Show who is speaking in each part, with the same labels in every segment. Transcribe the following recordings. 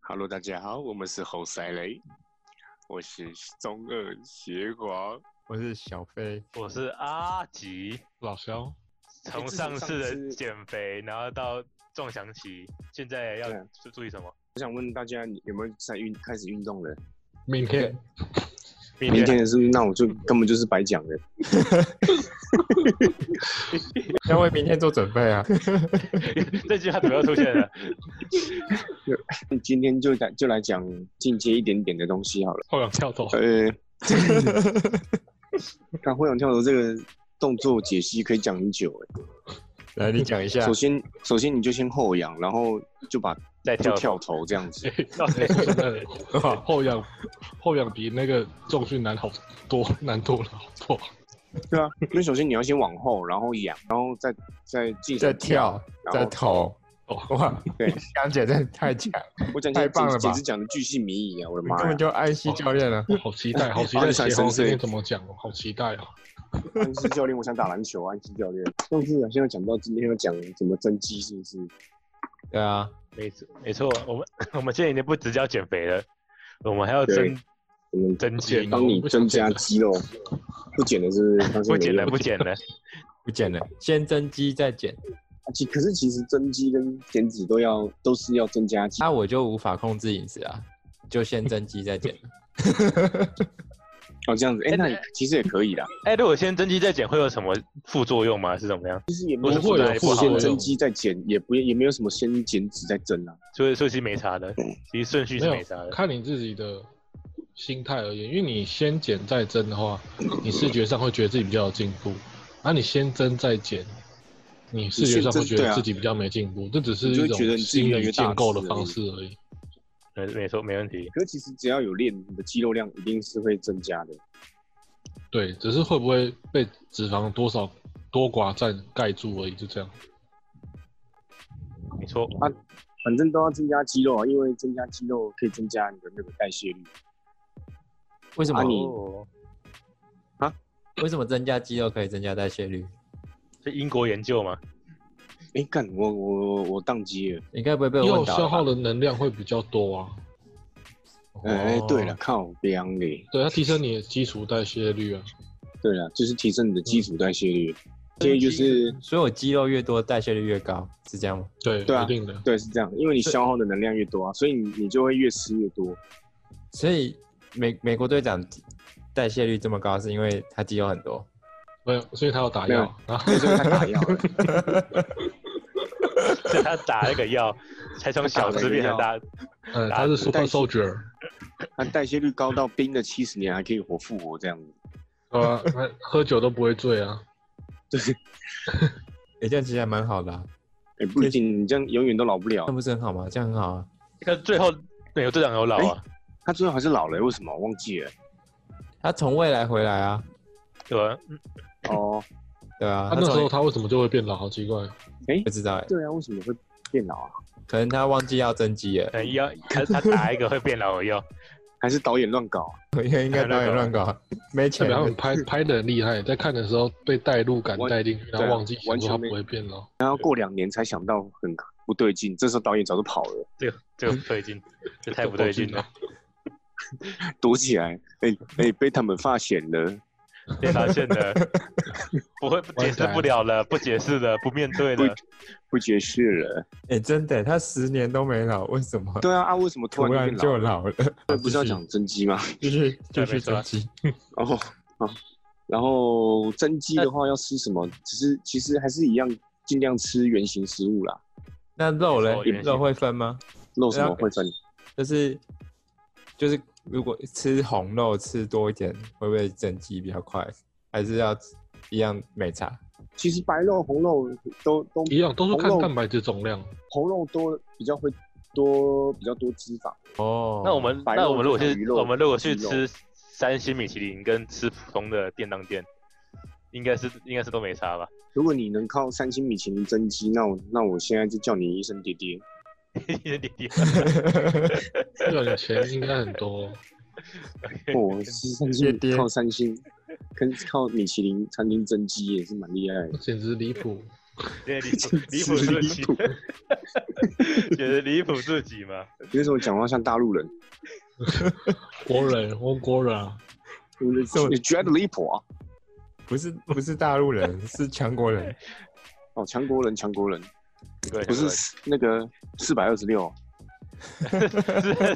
Speaker 1: Hello，大家好，我们是侯赛雷，我是中二邪皇。
Speaker 2: 我是小飞，
Speaker 3: 我是阿吉，
Speaker 4: 老肖，
Speaker 3: 从上次
Speaker 1: 哎自从上
Speaker 3: 的
Speaker 1: 次
Speaker 3: 减肥，然后到撞墙期，现在要
Speaker 1: 对啊
Speaker 3: 注注意什么？
Speaker 1: 我想问大家，你有没有在运开始运动了？
Speaker 4: 明天
Speaker 3: 明
Speaker 1: 明天的事，那我就根本就是白讲了。
Speaker 2: 要为明天做准备啊！
Speaker 3: 这句话怎么又出现 了？
Speaker 1: 今天就来就来讲进阶一点点的东西好了。
Speaker 4: 后仰跳投，
Speaker 1: 呃， 看会仰跳投这个动作解析可以讲很久哎、
Speaker 2: 来，你讲一下
Speaker 1: 首，先，首先你就先后仰，然后就把
Speaker 3: 再
Speaker 1: 就
Speaker 3: 跳
Speaker 1: 跳
Speaker 3: 哦
Speaker 1: 投这样 子。
Speaker 3: 到底
Speaker 4: 说真的， 后仰后仰比那个重训难好多，难多了，好不好？
Speaker 1: 对啊，因为首先你要先往后，然后仰，然后再再进行
Speaker 2: 再跳，
Speaker 1: 然后
Speaker 2: 再投。
Speaker 4: 哦
Speaker 2: 哇，
Speaker 1: 对
Speaker 2: 杨姐真的太强，
Speaker 1: 我讲
Speaker 2: 太棒了吧
Speaker 1: 简直讲的巨细靡遗啊！我的
Speaker 2: 你
Speaker 1: 妈
Speaker 2: 根
Speaker 1: 呀
Speaker 2: 本！就安西教练了。
Speaker 4: 我好期 待，好期
Speaker 1: 哦
Speaker 4: 待
Speaker 1: 你想
Speaker 4: 协皇
Speaker 1: 深
Speaker 4: 今
Speaker 1: 邃
Speaker 4: 天怎么讲哦，好期待哦。
Speaker 1: 安西教练，我想打篮球。安西教练， 上次好像讲到今天要讲怎么增肌，是不是？
Speaker 2: 对啊，
Speaker 3: 没错，没错，我们我们现在已经不只叫减肥了，我们还要增
Speaker 1: 我们
Speaker 3: 增
Speaker 4: 减
Speaker 3: 肌，
Speaker 1: 帮你增加肌肉，不减了是不 是？
Speaker 3: 不减了，
Speaker 1: 了
Speaker 3: 不减 了，
Speaker 2: 不减了，先增肌再减，
Speaker 1: 啊其可是其实增肌跟减脂都要都是要增加肌
Speaker 2: 那、。我就无法控制饮食啊，就先增肌再减。
Speaker 1: 哦，这样子，哎、
Speaker 3: 哎
Speaker 1: 那
Speaker 3: 对
Speaker 1: 你其实也可以 啦，
Speaker 3: 哎、如果先增肌再减，会有什么副作用吗？是怎么样？
Speaker 1: 其实也没
Speaker 3: 不
Speaker 1: 有
Speaker 3: 是
Speaker 1: 什么
Speaker 3: 会有副作
Speaker 1: 先
Speaker 3: 用
Speaker 1: 增肌再减，也不也没有什么先减脂再增啊。
Speaker 3: 所以所以是没差的，
Speaker 1: 嗯
Speaker 3: 其实顺序
Speaker 4: 没
Speaker 3: 是
Speaker 4: 有
Speaker 3: 没差的。
Speaker 4: 看你自己的心态而言，因为你先减再增 的话，你视觉上会觉得自己比较有进步，那、你先增再减，你视觉上会觉
Speaker 1: 你先增对
Speaker 4: 得
Speaker 1: 啊
Speaker 4: 自己比较没进步，这只是
Speaker 1: 你就
Speaker 4: 一
Speaker 1: 会觉得
Speaker 4: 种
Speaker 1: 你自己
Speaker 4: 心
Speaker 1: 越来越
Speaker 4: 理建构的
Speaker 1: 大只
Speaker 4: 方式而已。
Speaker 3: 没呃没错，没问题。
Speaker 1: 可是其实只要有练，你的肌肉量一定是会增加的。
Speaker 4: 对，只是会不会被脂肪多少多寡占盖住而已，就这样。
Speaker 3: 没错，
Speaker 1: 反正都要增加肌肉啊，因为增加肌肉可以增加你的那个代谢率。
Speaker 2: 为什么？
Speaker 1: 啊你
Speaker 3: 哦
Speaker 2: 为什么增加肌肉可以增加代谢率？
Speaker 3: 是英国研 究吗？
Speaker 1: 哎、干，我我我宕机了。
Speaker 2: 你该不会被我
Speaker 4: 又
Speaker 2: 问到
Speaker 4: 消
Speaker 2: 了吧？
Speaker 4: 耗的能量会比较多啊。
Speaker 1: 哎、对了，
Speaker 2: 哦，
Speaker 1: 靠，凉嘞。
Speaker 4: 对，它提升你的基础代谢率啊。
Speaker 1: 对了，就是提升你的基础代谢率。所以就是
Speaker 2: 所以我肌肉越多，代谢率越高，是这样吗？
Speaker 4: 对，
Speaker 1: 对啊
Speaker 4: 一定的。
Speaker 1: 对，是这样，因为你消耗的能量越多啊，所以你你就会越吃越多。
Speaker 2: 所以美美国队长代谢率这么高，是因为他肌肉很多。
Speaker 4: 没有，所以他要打
Speaker 1: 没有
Speaker 4: 药 啊。
Speaker 1: 所以说他打药了，
Speaker 3: 是他打那个药，才从小只变成大。
Speaker 4: 嗯，
Speaker 3: 打
Speaker 4: 他是 super
Speaker 1: 代谢
Speaker 4: soldier。
Speaker 1: 他代谢率高到冰了七十年还可以活复活这样子。
Speaker 4: 对啊，那喝酒都不会醉啊。
Speaker 2: 哎、这样其实还蛮好的、啊，
Speaker 1: 哎、不一定，你这样永远都老不了
Speaker 2: 那。不是很好吗？这样很好啊。
Speaker 3: 那最后美国队长有老啊，
Speaker 1: 他最后还是老了，为什么？我忘记了。
Speaker 2: 他从未来回来啊，
Speaker 3: 对吧？
Speaker 1: 哦，
Speaker 2: 对啊，
Speaker 4: 他那
Speaker 2: 从
Speaker 4: 时候他为什么就会变老？好奇怪。
Speaker 2: 不知道哎、
Speaker 1: 对啊，为什么会变老啊？
Speaker 2: 可能他忘记要增肌了
Speaker 3: 可，能呃药，他他打一个会变老的药，
Speaker 1: 还是导演乱搞啊、
Speaker 2: 因 为应该导演乱搞，没
Speaker 4: 代
Speaker 2: 钱
Speaker 4: 表他们 拍拍的很厉害，在看的时候被带入感
Speaker 1: 完
Speaker 4: 带进去，然
Speaker 1: 对啊
Speaker 4: 后忘记
Speaker 1: 完
Speaker 4: 想
Speaker 1: 全
Speaker 4: 说他
Speaker 1: 没
Speaker 4: 不会变老。
Speaker 1: 然后过两年才想到很不对劲，这时候导演早就跑了，
Speaker 3: 这个这个不对劲，这太不对劲了，
Speaker 1: 躲起来，哎、哎、被他们发现了，
Speaker 3: 被发现的， 不会解释不了了，不解释了，不面对了，
Speaker 1: 不解释了。
Speaker 2: 哎、真的，他十年都没老，为什么？
Speaker 1: 对啊，啊，为什么突
Speaker 2: 突
Speaker 1: 然
Speaker 2: 然
Speaker 1: 就
Speaker 2: 就
Speaker 1: 变老？
Speaker 2: 老了，
Speaker 1: 不是要讲增肌吗？
Speaker 2: 继续继
Speaker 3: 对
Speaker 2: 续
Speaker 3: 没错
Speaker 2: 增
Speaker 3: 啊
Speaker 2: 肌，
Speaker 1: 然后啊，然后增肌的话要吃什么？只是其实还是一样，尽量吃原形食物啦。
Speaker 2: 那肉嘞
Speaker 3: 没错原？型
Speaker 2: 肉会分吗？
Speaker 1: 肉
Speaker 2: 啊
Speaker 1: 什么会分？
Speaker 2: 就是就是，如果吃红肉吃多一点，会不会增肌比较快？还是要一样没差？
Speaker 1: 其实白肉、红肉都都
Speaker 4: 一样都是看
Speaker 1: 红肉
Speaker 4: 蛋白质总量。
Speaker 1: 红肉多比较会多比较多脂肪。
Speaker 2: 哦，
Speaker 3: 那我 们
Speaker 1: 白肉
Speaker 3: 那我们如果
Speaker 1: 就
Speaker 3: 去
Speaker 1: 是鱼肉
Speaker 3: 我们如果去
Speaker 1: 鸡肉
Speaker 3: 吃三星米其林跟吃普通的便当店，应该是应该是都没差吧？
Speaker 1: 如果你能靠三星米其林增肌，那我那我现在就叫你一声爹 爹。
Speaker 3: 有点低
Speaker 4: 这个钱应该很多。
Speaker 1: 我哦是三
Speaker 2: 爹
Speaker 1: 星
Speaker 2: 爹
Speaker 1: 靠三星跟靠米其林餐厅增肌也是蛮厉害的。，
Speaker 4: 简直离谱！
Speaker 3: 有点离谱离谱至极
Speaker 1: 离谱，
Speaker 3: 觉得离谱至极嘛。
Speaker 1: 你为什么讲话像大陆人？
Speaker 4: 国人，我国人啊，
Speaker 1: 你你觉得离谱啊？
Speaker 2: 不是不是大陆人，是强国人。
Speaker 1: 哦，强国人，强国人，
Speaker 3: 对，
Speaker 1: 不是那个四百二十六，
Speaker 3: 是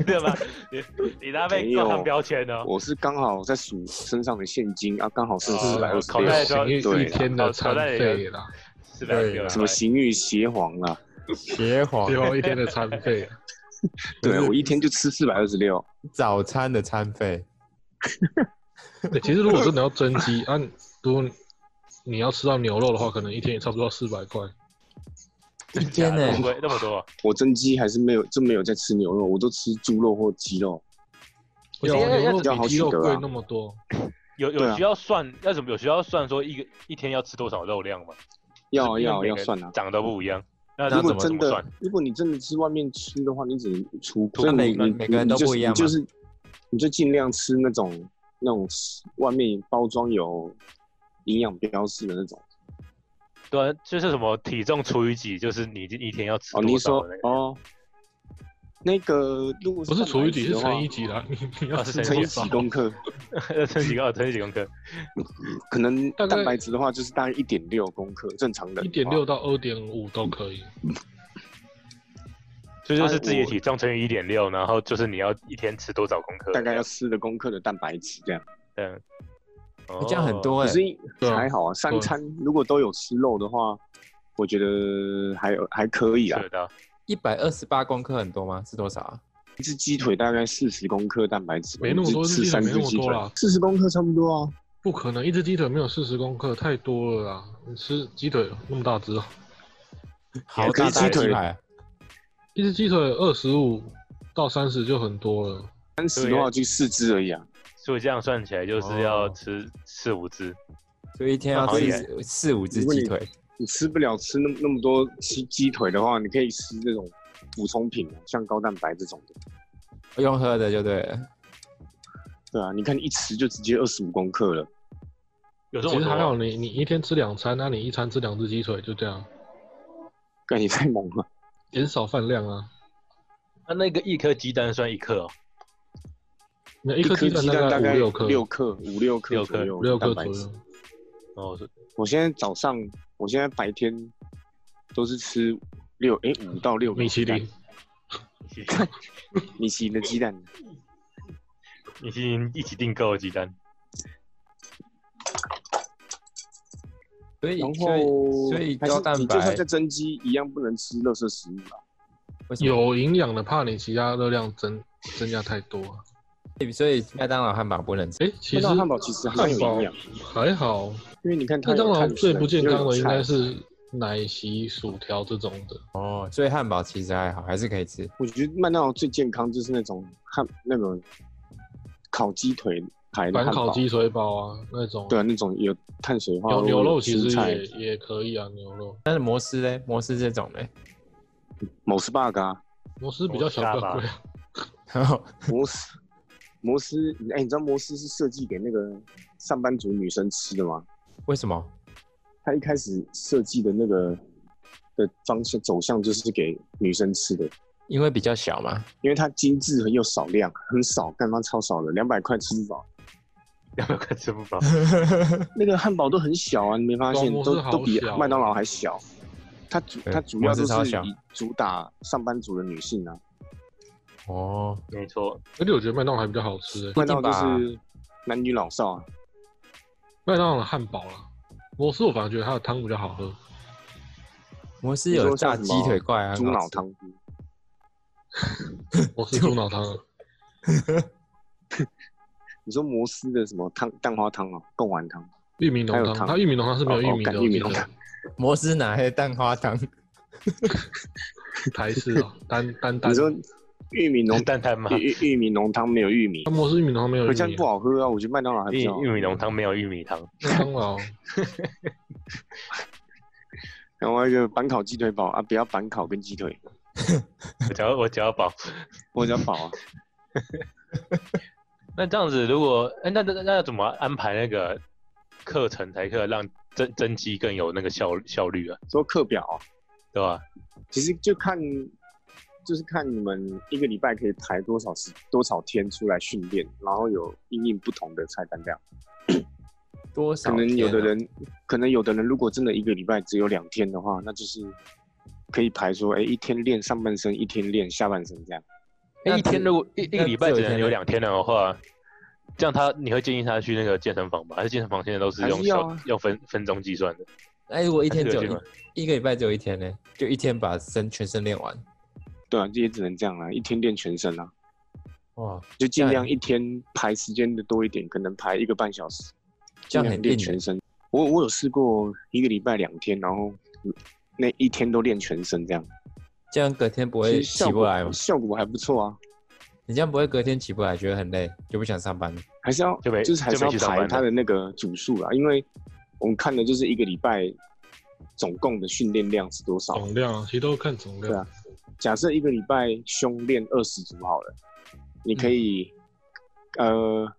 Speaker 3: 对吧？你你那
Speaker 1: 没
Speaker 3: 被
Speaker 1: 有
Speaker 3: 挂上标签哦了。
Speaker 1: 我是刚好在数身上的现金啊，刚好剩
Speaker 3: 哦
Speaker 1: 四百二十
Speaker 3: 口袋
Speaker 1: 六，
Speaker 3: 就要
Speaker 4: 行一
Speaker 1: 对
Speaker 4: 哦一天的餐费啦，
Speaker 3: 四百六
Speaker 1: 什么刑狱邪皇啊？
Speaker 2: 邪皇
Speaker 4: 最后哦一天的餐费啊，
Speaker 1: 对我一天就吃四百二十六，
Speaker 2: 早餐的餐费，
Speaker 4: 欸其实如果真的要蒸鸡，按、如果你要吃到牛肉的话，可能一天也差不多四百块。
Speaker 2: 一天呢、
Speaker 3: 贵那么多？
Speaker 1: 我蒸鸡还是没有，真没有在吃牛肉，我都吃猪肉或鸡肉。
Speaker 4: 我觉
Speaker 3: 要
Speaker 4: 得牛
Speaker 3: 要
Speaker 4: 肉
Speaker 1: 要好
Speaker 4: 比鸡
Speaker 1: 取
Speaker 4: 肉
Speaker 1: 得啊
Speaker 4: 贵那么多，
Speaker 3: 有
Speaker 1: 对
Speaker 3: 有
Speaker 1: 啊
Speaker 3: 需要算？要怎么有需要算说一个一天要吃多少肉量吗？
Speaker 1: 要
Speaker 3: 因为
Speaker 1: 要
Speaker 3: 每
Speaker 1: 要
Speaker 3: 个人
Speaker 1: 算啊！
Speaker 3: 长得不一样。那
Speaker 1: 如
Speaker 3: 那
Speaker 1: 果
Speaker 3: 怎么怎
Speaker 1: 真
Speaker 3: 么
Speaker 1: 的
Speaker 3: 算？，
Speaker 1: 如果你真的吃外面吃的话，你只能出
Speaker 2: 那
Speaker 1: 所以
Speaker 2: 每
Speaker 1: 你
Speaker 2: 个
Speaker 1: 你
Speaker 2: 每个人
Speaker 1: 你
Speaker 2: 都
Speaker 1: 就是
Speaker 2: 不一样
Speaker 1: 你就
Speaker 2: 嘛
Speaker 1: 是你就尽量吃那种那种吃外面包装有营养标示的那种。
Speaker 3: 对啊，就是什么体重除以几，就是你一一天要吃
Speaker 1: 哦，
Speaker 3: 多
Speaker 1: 你说
Speaker 3: 少的那个。
Speaker 1: 哦，那个如果
Speaker 4: 不是除以几，
Speaker 1: 蛋白质的
Speaker 4: 是
Speaker 1: 话
Speaker 4: 乘以几啦。你你要
Speaker 3: 啊是
Speaker 4: 吃
Speaker 1: 乘以
Speaker 4: 多少
Speaker 1: 几？公克，
Speaker 3: 称几个， 称几公克，
Speaker 1: 可能
Speaker 4: 大概
Speaker 1: 蛋白质的话就是大概一点六公克，正常的
Speaker 4: 一点六到二点五都可以。
Speaker 3: 所以就是自己
Speaker 1: 哎
Speaker 3: 的
Speaker 1: 我
Speaker 3: 体重乘以一点六，然后就是你要一天吃多少公克？
Speaker 1: 大概要四个公克的蛋白质这样。
Speaker 3: 嗯，哦
Speaker 2: 这样很。多
Speaker 1: 可
Speaker 2: 哎、
Speaker 1: 是
Speaker 4: 对啊
Speaker 1: 还好啊，
Speaker 4: 对
Speaker 1: 三
Speaker 4: 啊
Speaker 1: 餐如果都有吃肉的话，我觉得还有还可以啊
Speaker 3: 是。的，
Speaker 2: 一百二十八公克很多吗？是多少啊？
Speaker 1: 一只鸡腿大概四十公克蛋白质吧，
Speaker 4: 没那么多
Speaker 1: 我只吃
Speaker 4: 一只鸡腿
Speaker 1: 三
Speaker 4: 没那
Speaker 1: 只
Speaker 4: 么
Speaker 1: 鸡
Speaker 4: 多
Speaker 1: 腿
Speaker 4: 啦，
Speaker 1: 四十公克差不多啊。
Speaker 4: 不可能，一只鸡腿没有四十公克，太多了啦！你吃鸡腿那么大只哦，
Speaker 2: 好
Speaker 1: 可
Speaker 2: 大
Speaker 1: 是
Speaker 2: 大
Speaker 1: 鸡腿
Speaker 2: 鸡排，啊
Speaker 4: 一只鸡腿二十五到三十就很多了。
Speaker 1: 三十的话就四只而已啊，
Speaker 3: 所以这样算起来就是要
Speaker 2: 哦
Speaker 3: 吃四五只，
Speaker 2: 所以一天要
Speaker 3: 好
Speaker 2: 吃
Speaker 3: 耶
Speaker 2: 四四五只
Speaker 1: 如果你
Speaker 2: 鸡腿。
Speaker 1: 你吃不了吃那么那么多鸡鸡腿的话，你可以吃这种补充品啊，像高蛋白这种的。
Speaker 2: 用喝的就对了，
Speaker 1: 对啊，你看一吃就直接二十五公克了，
Speaker 3: 有这
Speaker 4: 其
Speaker 3: 么
Speaker 4: 实还好
Speaker 3: 多？
Speaker 4: 你，你一天吃两餐，那、你一餐吃两只鸡腿，就这样
Speaker 1: 那你太猛了。
Speaker 4: 减少饭量啊。
Speaker 3: 那那个一颗鸡蛋算一克哦，
Speaker 4: 那 一颗
Speaker 1: 颗
Speaker 4: 鸡
Speaker 1: 鸡
Speaker 4: 蛋
Speaker 1: 蛋
Speaker 4: 大
Speaker 1: 大
Speaker 4: 概
Speaker 1: 概
Speaker 4: 五六克，
Speaker 1: 六克，五六克
Speaker 3: 六克
Speaker 1: 左右，
Speaker 4: 五六克
Speaker 1: 蛋白
Speaker 4: 左
Speaker 1: 质
Speaker 4: 右。
Speaker 3: 哦，是
Speaker 1: 我现在早上，我现在白天都是吃六诶五到六个
Speaker 4: 米其
Speaker 1: 鸡蛋
Speaker 4: 林，
Speaker 1: 米其林的鸡蛋，
Speaker 3: 已经一起订购的鸡蛋，
Speaker 2: 所以
Speaker 1: 然
Speaker 2: 所以
Speaker 1: 后
Speaker 2: 所以
Speaker 1: 还是
Speaker 2: 高蛋
Speaker 1: 你就
Speaker 2: 白
Speaker 1: 算在蒸鸡一样不能吃垃圾食物啊。
Speaker 2: 为什么
Speaker 4: 有营养的，怕你其他热量增增加太多、啊。
Speaker 2: 所以麦当劳汉堡不能吃。
Speaker 4: 哎、其
Speaker 1: 麦
Speaker 4: 实
Speaker 1: 当劳汉堡其实很有营养，
Speaker 4: 还好，
Speaker 1: 因为你看它
Speaker 4: 麦当劳
Speaker 1: 有碳水
Speaker 4: 最不健康的应
Speaker 1: 又
Speaker 4: 该
Speaker 1: 有菜
Speaker 4: 是奶昔、薯条这种的。
Speaker 2: 哦，所以汉堡其实还好，还是可以吃。
Speaker 1: 我觉得麦当劳最健康就是那种汉那种烤鸡腿排的
Speaker 4: 反
Speaker 1: 汉堡
Speaker 4: 烤，鸡腿堡啊那种，
Speaker 1: 对啊，那种有碳水化合
Speaker 4: 牛
Speaker 1: 物
Speaker 4: 牛肉
Speaker 1: 有
Speaker 4: 其实
Speaker 1: 蔬菜
Speaker 4: 也也可以啊，牛肉。
Speaker 2: 但是摩斯嘞，摩斯这种嘞，
Speaker 1: 摩斯 bug 啊，
Speaker 4: 摩斯比较小比较贵啊，
Speaker 2: 然后
Speaker 1: 摩斯摩斯，哎、你知道摩斯是设计给那个上班族女生吃的吗？
Speaker 2: 为什么？
Speaker 1: 他一开始设计的那个的方向走向就是给女生吃的，
Speaker 2: 因为比较小嘛，
Speaker 1: 因为它精致很有少量，很少，干嘛超少的，两百块吃不饱。
Speaker 3: 两百块吃 不饱。
Speaker 1: 那个汉堡都很小啊，你没发现
Speaker 4: 公？司
Speaker 1: 都
Speaker 4: 好
Speaker 1: 都比
Speaker 4: 小哦
Speaker 1: 麦当劳还小。它主
Speaker 2: 对
Speaker 1: 它主要
Speaker 2: 公司
Speaker 1: 就
Speaker 2: 超
Speaker 1: 是
Speaker 2: 小
Speaker 1: 以主打上班族的女性啊，
Speaker 2: 哦，
Speaker 3: 没 错，
Speaker 4: 而且我觉得麦当劳还比较好吃、欸。
Speaker 1: 麦当劳
Speaker 2: 吧
Speaker 1: 就是男女老少啊。
Speaker 4: 麦当劳的汉堡啦，摩斯我反而觉得它的汤比较好喝。
Speaker 2: 摩斯有炸鸡腿块啊，
Speaker 1: 猪
Speaker 2: 很好
Speaker 1: 脑
Speaker 2: 吃。
Speaker 1: 汤，
Speaker 4: 摩斯猪脑汤啊，
Speaker 1: 你说摩斯的什么汤蛋花汤啊，贡丸汤，
Speaker 4: 玉米浓
Speaker 1: 还有
Speaker 4: 汤，
Speaker 1: 汤
Speaker 4: 它玉米浓汤是没有玉米
Speaker 1: 哦哦
Speaker 4: 的，我记
Speaker 1: 玉米浓
Speaker 4: 得
Speaker 1: 汤
Speaker 2: 摩斯哪来的蛋花汤？
Speaker 4: 台式 哦，单单单
Speaker 1: 你。说玉米浓
Speaker 3: 蛋摊吗？
Speaker 1: 玉玉玉米浓汤没有玉米
Speaker 4: 它，摩斯玉米浓汤没有
Speaker 1: 可
Speaker 4: 玉
Speaker 1: 这样
Speaker 4: 米
Speaker 1: 不
Speaker 4: 啊，
Speaker 1: 好喝啊。我觉得麦当劳还比
Speaker 3: 玉
Speaker 1: 较好喝
Speaker 3: 玉米浓汤没有玉米汤，
Speaker 4: 麦 当劳
Speaker 1: 然后一个板烤鸡腿堡啊，不要板烤跟鸡腿，
Speaker 3: 我只要我只要饱。
Speaker 1: 我只要饱啊。
Speaker 3: 那这样子，如果哎，那那那要怎么安排那个课程才可以让蒸蒸鸡更有那个效效率啊，
Speaker 1: 说课表啊、
Speaker 3: 对吧、
Speaker 1: 其实就看就是看你们一个礼拜可以排多少时多少天出来训练，然后有因应不同的菜单量。
Speaker 2: 多
Speaker 1: 可
Speaker 2: 少
Speaker 1: 能有
Speaker 2: 天
Speaker 1: 的
Speaker 2: 啊
Speaker 1: 人，可能有的人如果真的一个礼拜只有两天的话，那就是可以排说，哎、一天练上半身，一天练下半身这样。
Speaker 3: 哎、
Speaker 2: 那
Speaker 3: 一天
Speaker 2: 只
Speaker 3: 如果一一
Speaker 2: 那
Speaker 3: 个礼拜
Speaker 2: 只有
Speaker 3: 只
Speaker 2: 一
Speaker 3: 能
Speaker 2: 天
Speaker 3: 有
Speaker 2: 呢
Speaker 3: 两天的话，这样他你会建议他去那个健身房吧？还是健身房现在都是
Speaker 1: 还是
Speaker 3: 用
Speaker 1: 要
Speaker 3: 小
Speaker 1: 啊
Speaker 3: 用分分钟计算的？
Speaker 2: 哎，如果一
Speaker 3: 还是
Speaker 2: 天只有
Speaker 3: 有
Speaker 2: 一
Speaker 3: 些吧
Speaker 2: 一个礼拜只有一天呢，就一天把身全身练完，
Speaker 1: 对啊，这也只能这样啊，一天练全身啊，
Speaker 2: 哇，
Speaker 1: 就尽
Speaker 2: 这样
Speaker 1: 量一天排时间的多一点，可能排一个半小时，
Speaker 2: 这
Speaker 1: 尽
Speaker 2: 样
Speaker 1: 量
Speaker 2: 很
Speaker 1: 啊练
Speaker 2: 硬欸
Speaker 1: 全身。我我有试过一个礼拜两天，然后那一天都练全身这样，
Speaker 2: 这样隔天不
Speaker 1: 其实
Speaker 2: 会
Speaker 1: 效
Speaker 2: 起不
Speaker 1: 果
Speaker 2: 来吗？
Speaker 1: 效果还不错啊，
Speaker 2: 你这样不会隔天起不来，觉得很累，就不想上班了。
Speaker 1: 还是要
Speaker 3: 就没
Speaker 1: 是还是
Speaker 3: 就
Speaker 1: 要
Speaker 3: 没去上班
Speaker 1: 排
Speaker 3: 了
Speaker 1: 他的那个组数啊，因为我们看的就是一个礼拜总共的训练量是多少。
Speaker 4: 总量啊，其实都看总量。
Speaker 1: 对啊假设一个礼拜胸练二十组好了，你可以、
Speaker 3: 嗯
Speaker 1: 呃，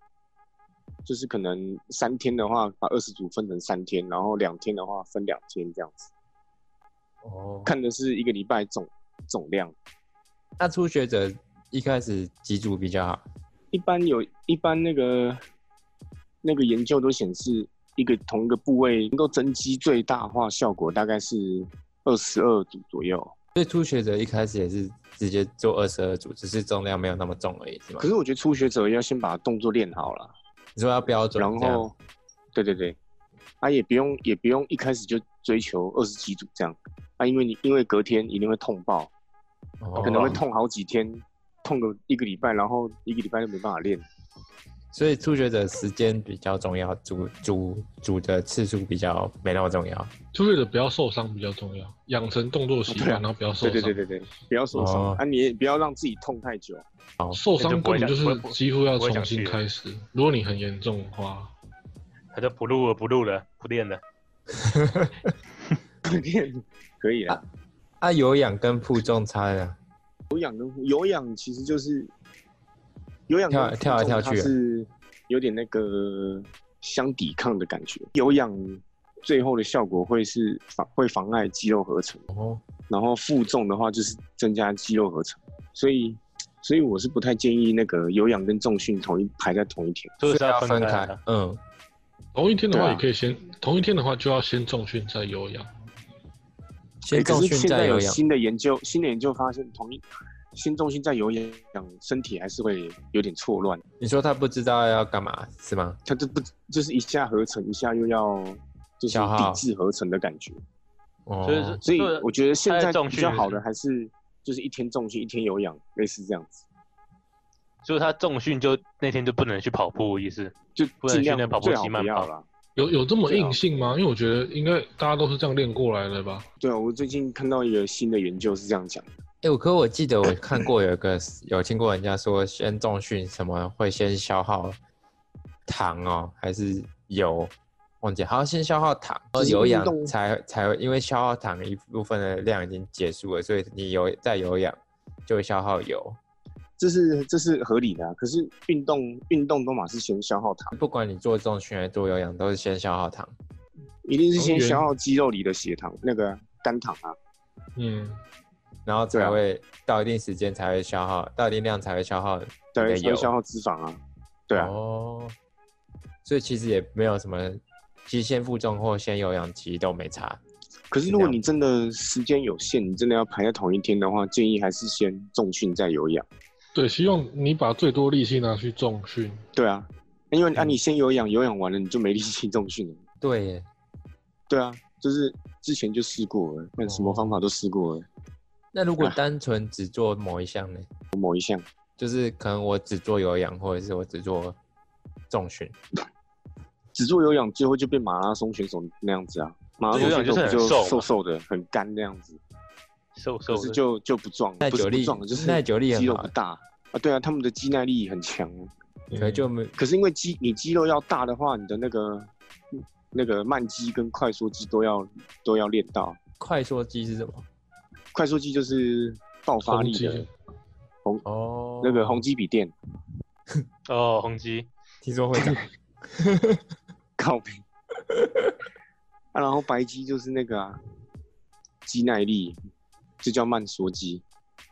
Speaker 1: 就是可能三天的话，把二十组分成三天，然后两天的话分两天这样子，
Speaker 2: 哦，
Speaker 1: 看的是一个礼拜总总量。
Speaker 2: 那初学者一开始几组比较好？
Speaker 1: 一般有一般那个那个研究都显示，一个同一个部位能够增肌最大化效果大概是二十二组左右。
Speaker 2: 所以初学者一开始也是直接做二十二组，只是重量没有那么重而已，是吗
Speaker 1: 可？是我觉得初学者要先把动作练好了。
Speaker 2: 你说要标准，
Speaker 1: 然
Speaker 2: 这样
Speaker 1: 后，对对对，啊也不用也不用一开始就追求二十几组这样，啊因为你因为隔天一定会痛爆，
Speaker 2: 哦
Speaker 1: 可能会痛好几天，痛个一个礼拜，然后一个礼拜都没办法练。
Speaker 2: 所以初学者时间比较重要，组组组的次数比较没那么重要。
Speaker 4: 就为了不要受伤比较重要，养成动作习惯，
Speaker 1: 对啊
Speaker 4: 然后不要受
Speaker 1: 对
Speaker 4: 伤。
Speaker 1: 对对对对，不要受伤、
Speaker 2: 哦
Speaker 1: 啊，你也不要让自己痛太久。
Speaker 4: 受伤根本就是几乎要重新
Speaker 3: 不会想
Speaker 4: 开始。如果你很严重的话，
Speaker 3: 他就不录了，不录了，不练了。
Speaker 1: 练可以啊，
Speaker 2: 啊，有氧跟负重差呢？
Speaker 1: 有氧跟有氧其实就是有氧
Speaker 2: 跳
Speaker 1: 跟
Speaker 2: 跳来
Speaker 1: 负重它
Speaker 2: 跳去啊
Speaker 1: 是有点那个相抵抗的感觉，有氧。最后的效果会是妨会妨碍肌肉合成，
Speaker 2: 哦，
Speaker 1: 然后负重的话就是增加肌肉合成，所以所以我是不太建议那个有氧跟重训同一排在同一天。
Speaker 3: 就是是
Speaker 2: 要
Speaker 3: 分
Speaker 2: 分
Speaker 3: 开啊
Speaker 2: 开
Speaker 3: 的。。
Speaker 1: 啊
Speaker 2: 嗯，
Speaker 4: 同一天的话
Speaker 1: 对啊
Speaker 4: 也可以先，同一天的话就要先重训再有氧。
Speaker 2: 先
Speaker 1: 诶可
Speaker 2: 重
Speaker 1: 是
Speaker 2: 训
Speaker 1: 现
Speaker 2: 再
Speaker 1: 在有
Speaker 2: 有氧。
Speaker 1: 新的研究，新的研究发现同一先重训再有氧，身体还是会有点错乱，
Speaker 2: 你说他不知道要干嘛是吗？
Speaker 1: 它就不就是一下合成，一下又要就是
Speaker 2: 消耗
Speaker 1: 抵制合成的感觉。
Speaker 2: 哦，
Speaker 3: 所以是
Speaker 1: 所以
Speaker 3: 对
Speaker 1: 我觉得现
Speaker 3: 它
Speaker 1: 在
Speaker 3: 的重
Speaker 1: 比较
Speaker 3: 训
Speaker 1: 好的还是就是一天重训一天有氧，类似这样子，
Speaker 3: 就是他重训就那天就不能去跑步，意思
Speaker 1: 就
Speaker 3: 不能
Speaker 1: 尽
Speaker 3: 训练
Speaker 1: 量
Speaker 3: 跑步
Speaker 1: 最
Speaker 3: 机
Speaker 1: 好
Speaker 3: 慢
Speaker 1: 不要
Speaker 3: 跑
Speaker 1: 啦。
Speaker 4: 有有这么
Speaker 1: 对啊
Speaker 4: 硬性吗？因为我觉得应该大家都是这样练过来的吧。
Speaker 1: 对啊，我最近看到一个新的研究是这样讲的，
Speaker 2: 哎、我可我记得我看过有一个有听过人家说，先重训什么会先消耗糖哦，还是油？忘记，好像先消耗糖，
Speaker 1: 就是
Speaker 2: 有氧
Speaker 1: 运动
Speaker 2: 才才会，因为消耗糖一部分的量已经结束了，所以你有再有氧就会消耗油。
Speaker 1: 这是这是合理的、啊。可是运动运动都嘛是先消耗糖，
Speaker 2: 不管你做重训还是做有氧，都是先消耗糖。
Speaker 1: 一定是
Speaker 3: 哦
Speaker 1: 先消耗肌肉里的血糖，那个肝糖啊。
Speaker 4: 嗯，
Speaker 2: 然后
Speaker 1: 对
Speaker 2: 才
Speaker 1: 啊
Speaker 2: 会、到一定时间才会消耗，到一定量才会消耗你
Speaker 1: 对，
Speaker 2: 的
Speaker 1: 才会
Speaker 2: 油。
Speaker 1: 消耗脂肪啊。对啊，
Speaker 2: 哦，所以其实也没有什么，其实先负重或先有氧其实都没差。
Speaker 1: 可是如果你真的时间有限，你真的要排在同一天的话，建议还是先重训再有氧。
Speaker 4: 对，希望你把最多力气拿去重训。
Speaker 1: 对啊，因为啊你先有氧，有氧完了你就没力气重训了。
Speaker 2: 对耶，
Speaker 1: 对啊，就是之前就试过了，那什么方法都试过了。
Speaker 2: 那如果
Speaker 1: 啊
Speaker 2: 单纯只做某一项呢？
Speaker 1: 某一项
Speaker 2: 就是可能我只做有氧，或者是我只做重训，
Speaker 1: 只做有氧，最后就变马拉松选手那样子啊。马拉松
Speaker 3: 有氧
Speaker 1: 选手
Speaker 3: 就
Speaker 1: 不
Speaker 3: 是很
Speaker 1: 就
Speaker 3: 瘦嘛
Speaker 1: 瘦瘦的，很干那样子。
Speaker 3: 瘦瘦
Speaker 1: 可
Speaker 3: 的
Speaker 1: 是就就不壮，
Speaker 2: 耐
Speaker 1: 不是
Speaker 2: 久
Speaker 1: 不
Speaker 2: 力
Speaker 1: 壮就是
Speaker 2: 耐久力很
Speaker 1: 肌肉
Speaker 2: 好
Speaker 1: 不大啊。对啊，他们的肌耐力很强啊。
Speaker 4: 嗯
Speaker 2: 可能就没
Speaker 1: 可是因为肌你肌肉要大的话，你的那个那个慢肌跟快速肌都要都要练到。
Speaker 2: 快速肌是什么？
Speaker 1: 快速肌就是爆发力
Speaker 4: 冲
Speaker 1: 的
Speaker 4: 击
Speaker 2: 哦，
Speaker 1: 那个红肌比电，
Speaker 3: 哦，宏基
Speaker 2: 听说会长
Speaker 1: 靠背。啊， 然后白鸡就是那个啊，鸡耐力，这叫慢缩鸡。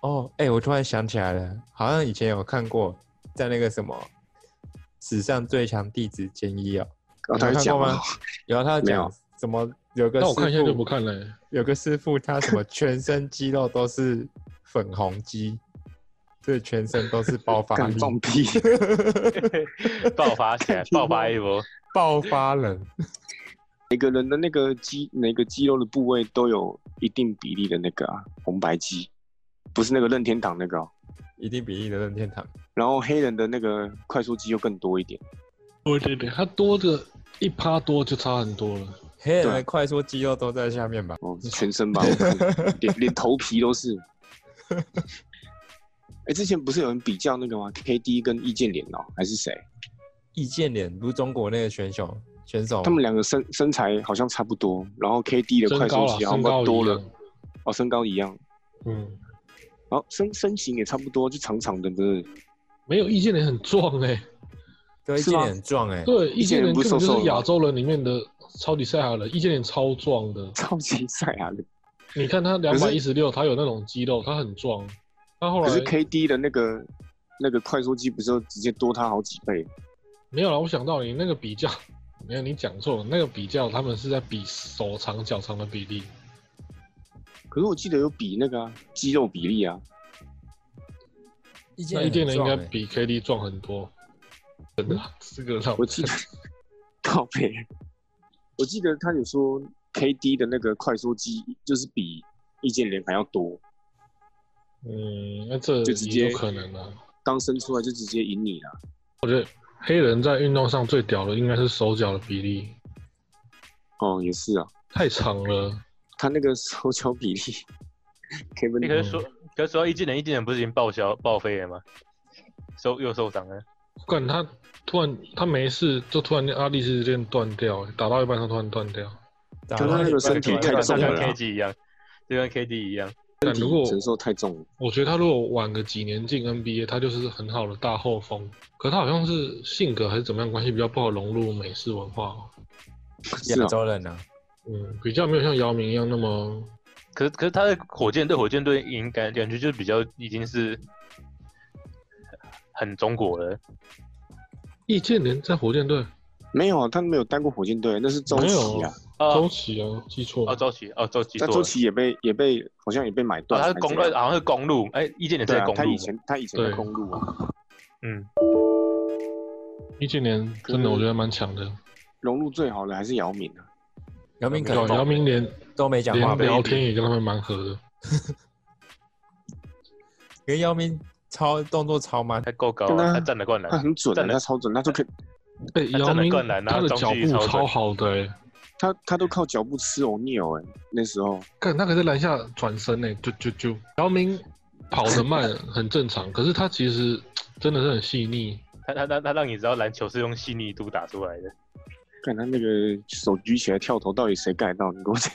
Speaker 2: 哦，哎、我突然想起来了，好像以前有看过，在那个什么史上最强弟子兼一哦，
Speaker 1: 啊，他会
Speaker 2: 有看
Speaker 1: 讲
Speaker 2: 过
Speaker 1: 吗
Speaker 2: 吗？？有哦啊他有
Speaker 1: 没
Speaker 2: 讲
Speaker 1: 有
Speaker 2: 什么有个
Speaker 4: 那我看一下
Speaker 2: 师
Speaker 4: 就
Speaker 2: 傅
Speaker 4: 不看了欸。
Speaker 2: 有个师傅 他什么全身肌肉都是粉红肌，对，全身都是爆发
Speaker 1: 敢
Speaker 2: 力，
Speaker 1: 放屁！
Speaker 3: 爆发起来，爆发一波。
Speaker 2: 爆发人。
Speaker 1: 每个人的那个肌，每个肌肉的部位都有一定比例的那个啊，红白肌，不是那个任天堂那个、哦。
Speaker 2: 一定比例的任天堂，
Speaker 1: 然后黑人的那个快速肌又更多一点，
Speaker 4: 对对对，它多的一趴多就差很多了。
Speaker 2: 黑人
Speaker 1: 对啊
Speaker 2: 的快速肌肉都在下面吧？
Speaker 1: 哦，全身吧，我 看连连头皮都是。哎、之前不是有人比较那个吗？KD 跟易建联哦，还是谁？
Speaker 2: 易建联不是中国那个选手选
Speaker 4: 哦
Speaker 2: 手吗，
Speaker 1: 他们两个身身材好像差不多，然后 KD 的
Speaker 4: 身
Speaker 1: 快
Speaker 4: 高
Speaker 1: 速
Speaker 4: 啦，
Speaker 1: 肌好像
Speaker 4: 身高
Speaker 1: 多
Speaker 4: 一
Speaker 1: 了
Speaker 4: 样，。
Speaker 1: 哦，身高一样，
Speaker 4: 嗯，
Speaker 1: 然后身身形也差不多，就长长的，真的。
Speaker 4: 没有易建联很壮哎、
Speaker 2: 对易
Speaker 1: 是
Speaker 2: 建
Speaker 1: 吗
Speaker 2: 联很壮哎，
Speaker 4: 对，易
Speaker 1: 易建
Speaker 4: 建
Speaker 1: 联
Speaker 4: 联
Speaker 1: 不
Speaker 4: 根
Speaker 1: 是瘦
Speaker 4: 本就
Speaker 1: 瘦
Speaker 4: 是
Speaker 1: 的吗
Speaker 4: 亚洲人里面的超级赛亚人，易建联超壮的。
Speaker 1: 超级赛亚人。
Speaker 4: 你看他两
Speaker 1: 可
Speaker 4: 百
Speaker 1: 是
Speaker 4: 一十六，他有那种肌肉，他很壮。他后
Speaker 1: 可
Speaker 4: 来
Speaker 1: 是 KD 的那个那个快速肌不是就直接多他好几倍？
Speaker 4: 没有了，我想到你那个比较，没有你讲错了，那个比较他们是在比手长脚长的比例，
Speaker 1: 可是我记得有比那个、啊、肌肉比例啊，
Speaker 2: 易建
Speaker 4: 那易建联应该
Speaker 2: 很壮欸
Speaker 4: 比 KD 壮很多。真的，啊这个让
Speaker 1: 我 记得靠背，我记得他有说 KD 的那个快速肌就是比易建联还要多，
Speaker 4: 嗯，那这
Speaker 1: 就直
Speaker 4: 也
Speaker 1: 接
Speaker 4: 有可能啊。
Speaker 1: 刚生出来就直接赢你了。
Speaker 4: 黑人在运动上最屌的应该是手脚的比例，
Speaker 1: 哦，也是啊，
Speaker 4: 太长了。
Speaker 1: 他那个手脚比例
Speaker 3: 你可
Speaker 1: ，Kevin
Speaker 3: 是说，可是说一技能一技能不是已经报销报废了吗？受又受伤了，
Speaker 4: 干他突然他没事，就突然间阿力士这边断掉，打到一半他突然断掉。
Speaker 2: 打
Speaker 1: 可是
Speaker 2: 到
Speaker 1: 他那
Speaker 2: 一
Speaker 1: 个
Speaker 2: 半
Speaker 1: 身体
Speaker 2: 突然
Speaker 1: 太
Speaker 2: 断
Speaker 1: 重
Speaker 3: 就
Speaker 1: 了
Speaker 2: 掉
Speaker 3: 跟
Speaker 1: 啦
Speaker 3: KD 一样，就跟 KD 一样，
Speaker 4: 但如果
Speaker 1: 承受太重了，
Speaker 4: 我觉得他如果晚个几年进 NBA，他就是很好的大后锋。可他好像是性格还是怎么样关系比较不好融入美式文化哦，
Speaker 1: 是
Speaker 2: 亚
Speaker 1: 啊，
Speaker 2: 洲人啊，
Speaker 4: 嗯，比较没有像姚明一样那么
Speaker 3: 可是可是他的火箭队火箭队赢感感觉就比较已经是很中国了，
Speaker 4: 易建联在火箭队
Speaker 1: 没有啊，他没有当过火箭队，那是周
Speaker 4: 没有
Speaker 1: 琦啊，
Speaker 4: 周
Speaker 3: 哦
Speaker 4: 琦啊，记错
Speaker 3: 哦
Speaker 4: 了，
Speaker 3: 周琦哦周琦
Speaker 1: 但
Speaker 3: 错
Speaker 1: 周
Speaker 3: 了，
Speaker 1: 琦也被也被好像也被买
Speaker 3: 哦
Speaker 1: 断
Speaker 3: 他
Speaker 1: 还
Speaker 3: 是
Speaker 1: 是怎
Speaker 3: 公
Speaker 1: 样，
Speaker 3: 路好像是公路，哎一技能是
Speaker 1: 对
Speaker 3: 在
Speaker 1: 啊，
Speaker 3: 公
Speaker 1: 他
Speaker 3: 路
Speaker 1: 以
Speaker 3: 嘛，
Speaker 1: 前他以前在
Speaker 4: 对
Speaker 1: 公路啊，
Speaker 3: 嗯
Speaker 4: 易建联真
Speaker 1: 可是
Speaker 4: 的我觉得蛮强的。
Speaker 1: 融入最好的还是姚明啊。
Speaker 2: 姚明可
Speaker 4: 对
Speaker 2: 能
Speaker 4: 啊，姚明连
Speaker 2: 都没讲话
Speaker 4: 连
Speaker 2: 吧，
Speaker 4: 聊天也跟他们蛮合的。
Speaker 2: 跟姚明超动作超慢，
Speaker 3: 他够高
Speaker 1: 真的
Speaker 3: 啊，
Speaker 1: 啊
Speaker 3: 他站得 灌
Speaker 1: 他
Speaker 3: 篮，
Speaker 1: 很准的、
Speaker 3: 站得
Speaker 1: 他超准，他都可以，
Speaker 4: 哎、
Speaker 3: 他
Speaker 4: 姚
Speaker 3: 真的
Speaker 4: 明
Speaker 3: 灌篮啊
Speaker 4: 他的脚
Speaker 3: 中距
Speaker 4: 步
Speaker 3: 超准
Speaker 4: 超好的、欸，
Speaker 1: 他他都靠脚步吃欧尼尔哎，那时候
Speaker 4: 看他可是篮下转身呢、就就就姚明跑得慢很正常，可是他其实真的是很细腻。
Speaker 3: 他他他他让你知道篮球是用细腻度打出来的，
Speaker 1: 看他那个手举起来跳投，到底谁盖到？你给我讲，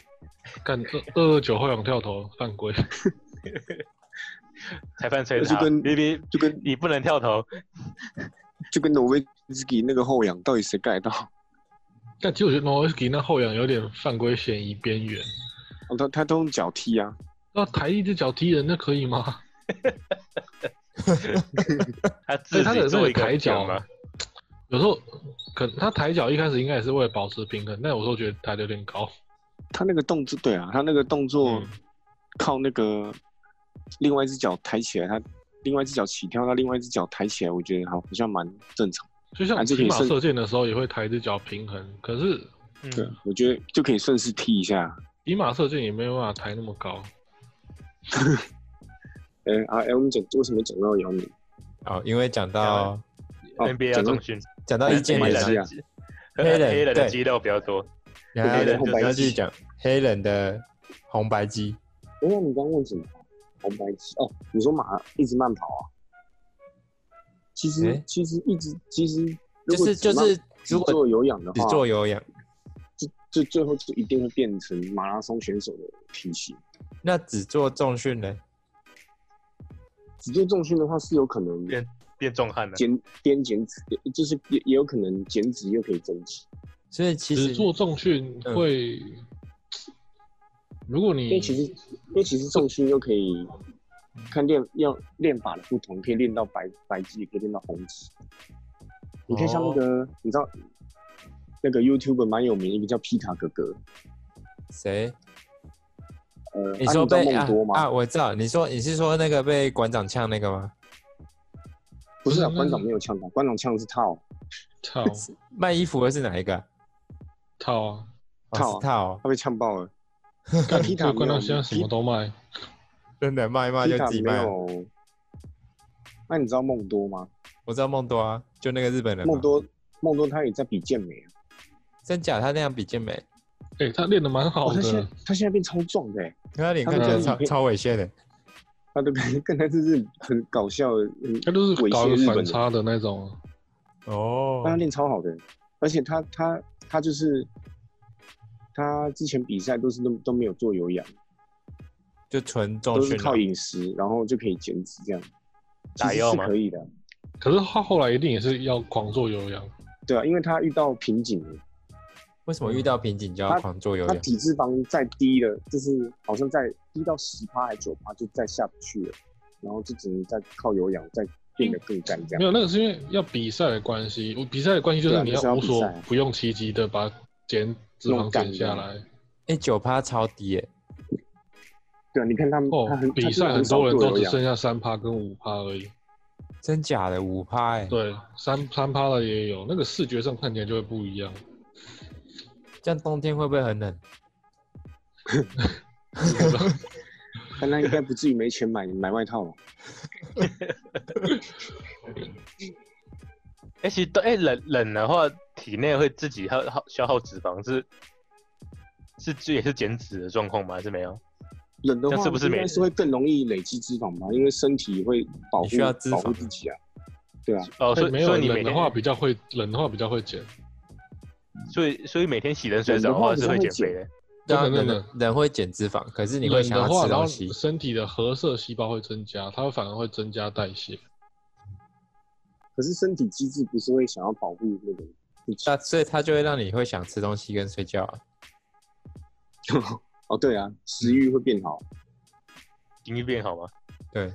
Speaker 4: 干二二九后仰跳投犯规，
Speaker 3: 裁判吹
Speaker 1: 那就
Speaker 3: 他，
Speaker 1: 跟
Speaker 3: 你你
Speaker 1: 就跟
Speaker 3: 你不能跳投，
Speaker 1: 就跟挪威自己那个后仰，到底谁盖到？
Speaker 4: 但其实我觉得 n o w i s k i 那后仰有点犯规嫌疑边缘。
Speaker 1: 哦，他他都用脚踢啊，
Speaker 4: 那抬一只脚踢人，那可以吗？
Speaker 3: 他
Speaker 4: 所以
Speaker 3: 自
Speaker 4: 他的
Speaker 3: 己
Speaker 4: 那
Speaker 3: 做
Speaker 4: 个
Speaker 3: 一个
Speaker 4: 抬脚
Speaker 3: 嘛，，
Speaker 4: 有时候可他抬脚一开始应该也是为了保持平衡，但有时候觉得抬的有点高。
Speaker 1: 他那个动作对啊，他那个动作
Speaker 4: 嗯
Speaker 1: 靠那个另外一只脚抬起来，他另外一只脚起跳，他另外一只脚抬起来，我觉得好好像蛮正常。
Speaker 4: 就像
Speaker 1: 啊这个也
Speaker 4: 骑马
Speaker 1: 是
Speaker 4: 射箭的时候也会抬一只脚平衡，可是
Speaker 1: 对啊
Speaker 3: 嗯，，
Speaker 2: 啊
Speaker 1: 我觉得就可以顺势踢一下。
Speaker 4: 骑马射箭也没有办法抬那么高。
Speaker 1: 呃啊，哎，我们讲为什么讲到姚明？
Speaker 2: 哦，因为讲到
Speaker 1: 哦
Speaker 2: 啊
Speaker 3: NBA
Speaker 1: 讲到
Speaker 3: 啊中训，
Speaker 2: 讲到易建
Speaker 3: 黑
Speaker 2: 联
Speaker 1: 也
Speaker 3: 人
Speaker 2: 啊
Speaker 1: 是，
Speaker 3: 的
Speaker 1: 啊
Speaker 3: 肌
Speaker 2: 黑人
Speaker 3: 黑人的
Speaker 2: 对
Speaker 3: 肌肉比较多，
Speaker 2: 你还
Speaker 3: 黑人
Speaker 2: 要
Speaker 3: 就是
Speaker 2: 你要继续讲黑人的红白机，
Speaker 1: 不过你刚问什么？红白机哦，你说马一直慢跑啊？其实、
Speaker 2: 诶
Speaker 1: 其实一直其实如
Speaker 2: 就
Speaker 1: 果
Speaker 2: 是就
Speaker 1: 只慢
Speaker 2: 是
Speaker 1: 只
Speaker 2: 如果
Speaker 1: 做有氧的
Speaker 2: 只
Speaker 1: 话，
Speaker 2: 做有氧，
Speaker 1: 就就最后就一定会变成马拉松选手的体型。
Speaker 2: 那只做重训呢？
Speaker 1: 只做重训的话是有可能
Speaker 3: 变壮汉了。
Speaker 1: 减边减脂，就是也也有可能减脂又可以增肌。
Speaker 2: 所以其
Speaker 4: 只
Speaker 2: 实
Speaker 4: 做重训会，如果
Speaker 1: 嗯
Speaker 2: 嗯
Speaker 1: 因为
Speaker 4: 你
Speaker 1: 其实因为其实重心又可以看练要练法的不同，可以练到白白肌，也可以练到红肌。你可以像那个、
Speaker 2: 哦
Speaker 1: 你知道那个 YouTube 蛮有名一个叫皮卡哥哥，
Speaker 2: 谁？
Speaker 1: 呃，
Speaker 2: 你
Speaker 1: 啊
Speaker 2: 说
Speaker 1: 知道
Speaker 2: 被
Speaker 1: 梦多吗？
Speaker 2: 啊啊？我知道，你说你是说那个被馆长呛那个吗？
Speaker 1: 不是啊，
Speaker 4: 嗯
Speaker 1: 馆长没有呛他，哦馆长呛的是套
Speaker 4: 套
Speaker 2: 卖衣服的是哪一个啊？
Speaker 4: 套啊，
Speaker 2: 哦
Speaker 1: 套啊
Speaker 2: 是套哦，
Speaker 1: 他被呛爆了。
Speaker 4: 干
Speaker 1: 皮塔
Speaker 4: 这个关
Speaker 1: 没有
Speaker 4: 到现在什么都卖，
Speaker 2: 真的卖一卖
Speaker 1: 皮
Speaker 2: 就
Speaker 1: 卡
Speaker 2: 自己
Speaker 1: 没
Speaker 2: 卖哦了。
Speaker 1: 有。那你知道梦多吗？
Speaker 2: 我知道梦多啊，就那个日本人嘛。
Speaker 1: 梦多梦多他也在比健美啊，
Speaker 2: 真假？他那样比健美，
Speaker 4: 哎、他练的蛮好
Speaker 1: 哦，他现在
Speaker 4: 的，
Speaker 1: 他现在变超壮的欸，
Speaker 2: 可他脸
Speaker 1: 他
Speaker 2: 看起
Speaker 1: 那
Speaker 2: 来
Speaker 1: 个
Speaker 2: 超
Speaker 1: 影片
Speaker 2: 超猥亵的。
Speaker 1: 他都跟跟他就是很搞笑的，嗯
Speaker 4: 他就是
Speaker 1: 猥
Speaker 4: 搞
Speaker 1: 亵
Speaker 4: 一
Speaker 1: 日本
Speaker 4: 个反
Speaker 1: 人
Speaker 4: 差的那种啊，
Speaker 2: 哦
Speaker 1: 但他练超好的，而且他他他就是他之前比赛都是都都没有做有氧，
Speaker 2: 就纯重
Speaker 4: 哦
Speaker 1: 都
Speaker 2: 训
Speaker 1: 是
Speaker 2: 啊
Speaker 1: 靠饮食，然后就可以减脂这样，
Speaker 3: 打
Speaker 1: 其实
Speaker 3: 药
Speaker 1: 是
Speaker 3: 吗
Speaker 1: 可以的，
Speaker 4: 可是他后来一定也是要狂做有氧，
Speaker 1: 对啊，因为他遇到瓶颈了，
Speaker 2: 为什么遇到瓶颈就要
Speaker 1: 他
Speaker 2: 狂做有
Speaker 1: 嗯他
Speaker 2: 氧？
Speaker 1: 体脂肪再低了，就是好像在低到十趴还九趴就再下不去了，然后就只能再靠有氧再变得更干这
Speaker 4: 没
Speaker 1: 样，
Speaker 4: 有那个是因为要比赛的关系，我比赛的关系就
Speaker 1: 啊对啊
Speaker 4: 是你
Speaker 1: 就是要
Speaker 4: 无
Speaker 1: 比
Speaker 4: 所
Speaker 1: 赛啊啊
Speaker 4: 不用其极的把减脂
Speaker 1: 弄
Speaker 4: 肪
Speaker 1: 干
Speaker 4: 减下
Speaker 1: 这样
Speaker 4: 来，
Speaker 2: 哎，九趴超低耶！
Speaker 1: 对啊，你看他们
Speaker 4: 哦
Speaker 1: 他很，
Speaker 4: 比
Speaker 1: 他真
Speaker 4: 赛
Speaker 1: 的
Speaker 4: 很多
Speaker 1: 少
Speaker 4: 人
Speaker 1: 做有
Speaker 4: 都只
Speaker 1: 氧
Speaker 4: 剩下三趴跟五趴而已，
Speaker 2: 真假的五趴哎，
Speaker 4: 对，三三趴的也有，那个视觉上看起来就会不一样。
Speaker 2: 这样冬天会不会很冷？
Speaker 1: 但他应该不至于没钱买买外套吧？
Speaker 3: 哎、其实都哎、冷冷的话，体内会自己耗耗消耗脂肪是。是这也是减脂的状况吗？还是没有？
Speaker 1: 冷的
Speaker 3: 这
Speaker 1: 话，
Speaker 3: 样是不是
Speaker 1: 应
Speaker 3: 没
Speaker 1: 该是会更容易累积脂肪吧？因为身体会保护
Speaker 2: 你需要脂肪
Speaker 1: 保护自己啊。对啊，
Speaker 3: 哦，所以
Speaker 4: 哎没有
Speaker 3: 所以你每
Speaker 4: 冷的
Speaker 3: 天
Speaker 4: 话比较会，冷的话比较会减，
Speaker 3: 所以所以每天洗冷水
Speaker 1: 冷
Speaker 3: 澡
Speaker 1: 的
Speaker 3: 的
Speaker 1: 话
Speaker 3: 话
Speaker 1: 比
Speaker 3: 是
Speaker 1: 较
Speaker 3: 会
Speaker 1: 会
Speaker 3: 减
Speaker 1: 减
Speaker 3: 肥的。
Speaker 2: 对啊，
Speaker 4: 不可能
Speaker 2: 人
Speaker 4: 的
Speaker 2: 人会减脂肪，可是你会
Speaker 4: 冷
Speaker 2: 想要
Speaker 4: 的话，
Speaker 2: 吃
Speaker 4: 然后
Speaker 2: 东西。
Speaker 4: 身体的核色细胞会增加，它会反而会增加代谢。
Speaker 1: 可是身体机制不是会想要保护那个自己？
Speaker 2: 那所以它就会让你会想吃东西跟睡觉啊。
Speaker 1: 哦，对啊，食欲会变好。
Speaker 3: 经济变好吗？
Speaker 2: 对，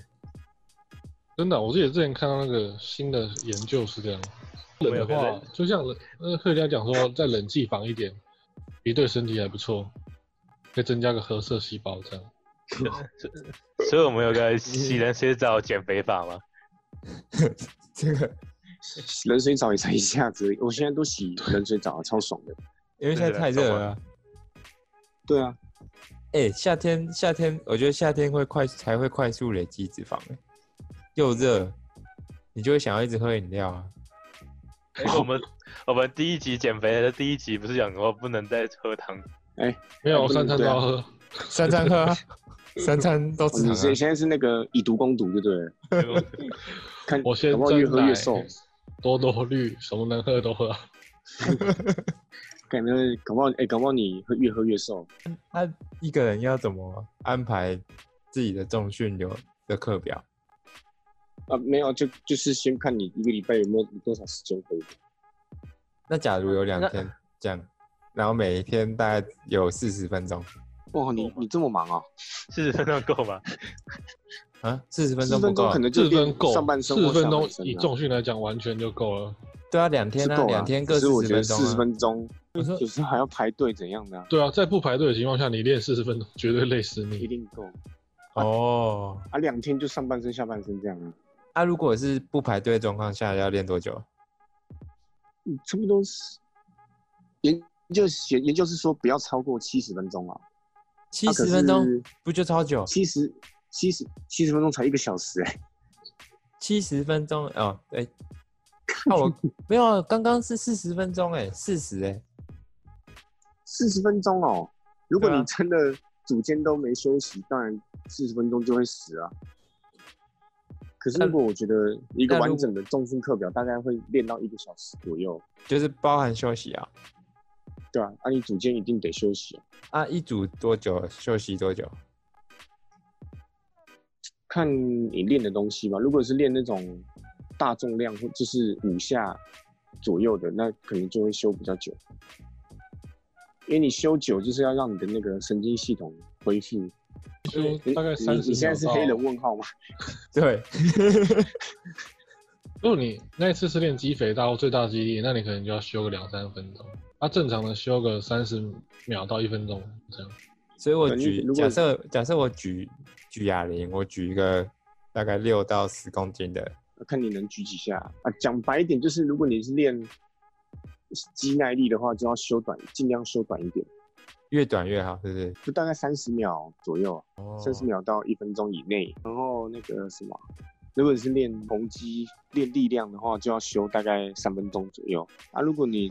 Speaker 4: 真的啊、我记得之前看到那个新的研究是这样，
Speaker 3: 没
Speaker 4: 冷
Speaker 3: 有
Speaker 4: 的
Speaker 3: 没有
Speaker 4: 话
Speaker 3: 冷，
Speaker 4: 就像冷，呃，科学家讲说，再冷气房一点，也对身体还不错，可以增加个核色细胞这样。
Speaker 3: 所以我们有个洗冷水澡减肥法嘛，
Speaker 2: 这个
Speaker 1: 冷水澡也才一下子而已，我现在都洗冷水澡，啊超爽的。
Speaker 2: 因为现在太热了啊。
Speaker 1: 对啊，
Speaker 2: 哎、夏天夏天，我觉得夏天会快才会快速累积脂肪、欸，又热，你就会想要一直喝饮料啊。
Speaker 3: 哎我们我们第一集减肥的第一集不是讲过不能再喝糖？
Speaker 4: 没有，
Speaker 1: 啊
Speaker 4: 我三餐都
Speaker 1: 对啊
Speaker 4: 要喝，
Speaker 2: 三餐喝、啊，三餐都
Speaker 1: 哦
Speaker 2: 吃
Speaker 1: 你
Speaker 2: 糖、
Speaker 1: 现
Speaker 2: 啊。
Speaker 1: 现在是那个以毒攻毒，对不对？看
Speaker 4: 我先
Speaker 1: 搞不好
Speaker 4: 蒸
Speaker 1: 越喝
Speaker 4: 奶
Speaker 1: 越瘦，
Speaker 4: 多多绿，什么能喝都啊喝。
Speaker 1: 感觉搞不好哎，搞不好你会越喝越瘦。
Speaker 2: 他一个人要怎么安排自己的重训流的课表？
Speaker 1: 啊，没有，就就是先看你一个礼拜有没有多少时间可以。
Speaker 2: 那假如有两天这样，然后每一天大概有四十分钟
Speaker 1: 哇，你你这么忙啊？
Speaker 3: 四十分钟够吗？
Speaker 2: 啊，四十分
Speaker 1: 四
Speaker 2: 钟不
Speaker 1: 分
Speaker 2: 够
Speaker 1: 钟
Speaker 2: 啊
Speaker 1: 可。能就
Speaker 4: 四分
Speaker 1: 练
Speaker 4: 够
Speaker 1: 上，半身
Speaker 4: 四
Speaker 1: 或下
Speaker 4: 分钟
Speaker 1: 半身
Speaker 4: 以
Speaker 1: 啊
Speaker 4: 重训来讲完全就够了。
Speaker 2: 对啊，两天
Speaker 1: 是
Speaker 2: 啊，
Speaker 1: 够
Speaker 2: 两
Speaker 1: 了，
Speaker 2: 天
Speaker 1: 可
Speaker 2: 各
Speaker 1: 是我
Speaker 2: 四十
Speaker 1: 觉得
Speaker 2: 分钟、啊。
Speaker 1: 四十分钟，
Speaker 2: 我说
Speaker 1: 有时候还要排队怎样的啊、
Speaker 4: 对啊，在不排队的情况下，你练四十分钟绝对累死
Speaker 1: 一
Speaker 4: 你。
Speaker 1: 定够
Speaker 2: 哦，
Speaker 1: 啊！两天就上半身、下半身这样啊，
Speaker 2: 那、如果是不排队的状况下，要练多久？
Speaker 1: 嗯差不多是研究研研究是说不要超过七十分钟啊，
Speaker 2: 七十分钟
Speaker 1: 啊可是
Speaker 2: 不就超久？
Speaker 1: 七十七十七十分钟才一个小时哎、
Speaker 2: 七十分钟哦， 哎、那、我没有啊，刚刚是四十分钟哎、四十哎，
Speaker 1: 四十分钟哦。如果
Speaker 2: 对啊
Speaker 1: 你真的组间都没休息，当然四十分钟就会死啊。可是
Speaker 2: 那
Speaker 1: 如果我觉得一个
Speaker 2: 那如
Speaker 1: 完整的重训课表大概会练到一个小时左右，
Speaker 2: 就是包含休息啊
Speaker 1: 对啊，啊你组间一定得休息啊。
Speaker 2: 啊，一组多久休息多久？
Speaker 1: 看你练的东西吧。如果是练那种大重量或就是五下左右的，那可能就会休比较久。因为你休久就是要让你的那个神经系统恢复。
Speaker 4: 就
Speaker 1: 你
Speaker 4: 大概
Speaker 1: 你
Speaker 4: 三十
Speaker 1: 你现在是黑人问号吗？
Speaker 2: 对，
Speaker 4: 如果你那一次是练肌肥大或最大肌力，那你可能就要休个两三分钟。那、正常的休个三十秒到一分钟这样。
Speaker 2: 所以我
Speaker 1: 对呃你
Speaker 2: 举
Speaker 1: 如果
Speaker 2: 假设假设我举举哑铃，我举一个大概六到十公斤的，
Speaker 1: 看你能举几下啊。讲白一点，就是如果你是练肌耐力的话，就要修短，尽量修短一点，
Speaker 2: 越短越好，是不是？
Speaker 1: 就大概三十秒左右，
Speaker 2: 哦
Speaker 1: 三十秒到一分钟以内。然后那个什么，如果你是练红肌、练力量的话，就要修大概三分钟左右啊。如果你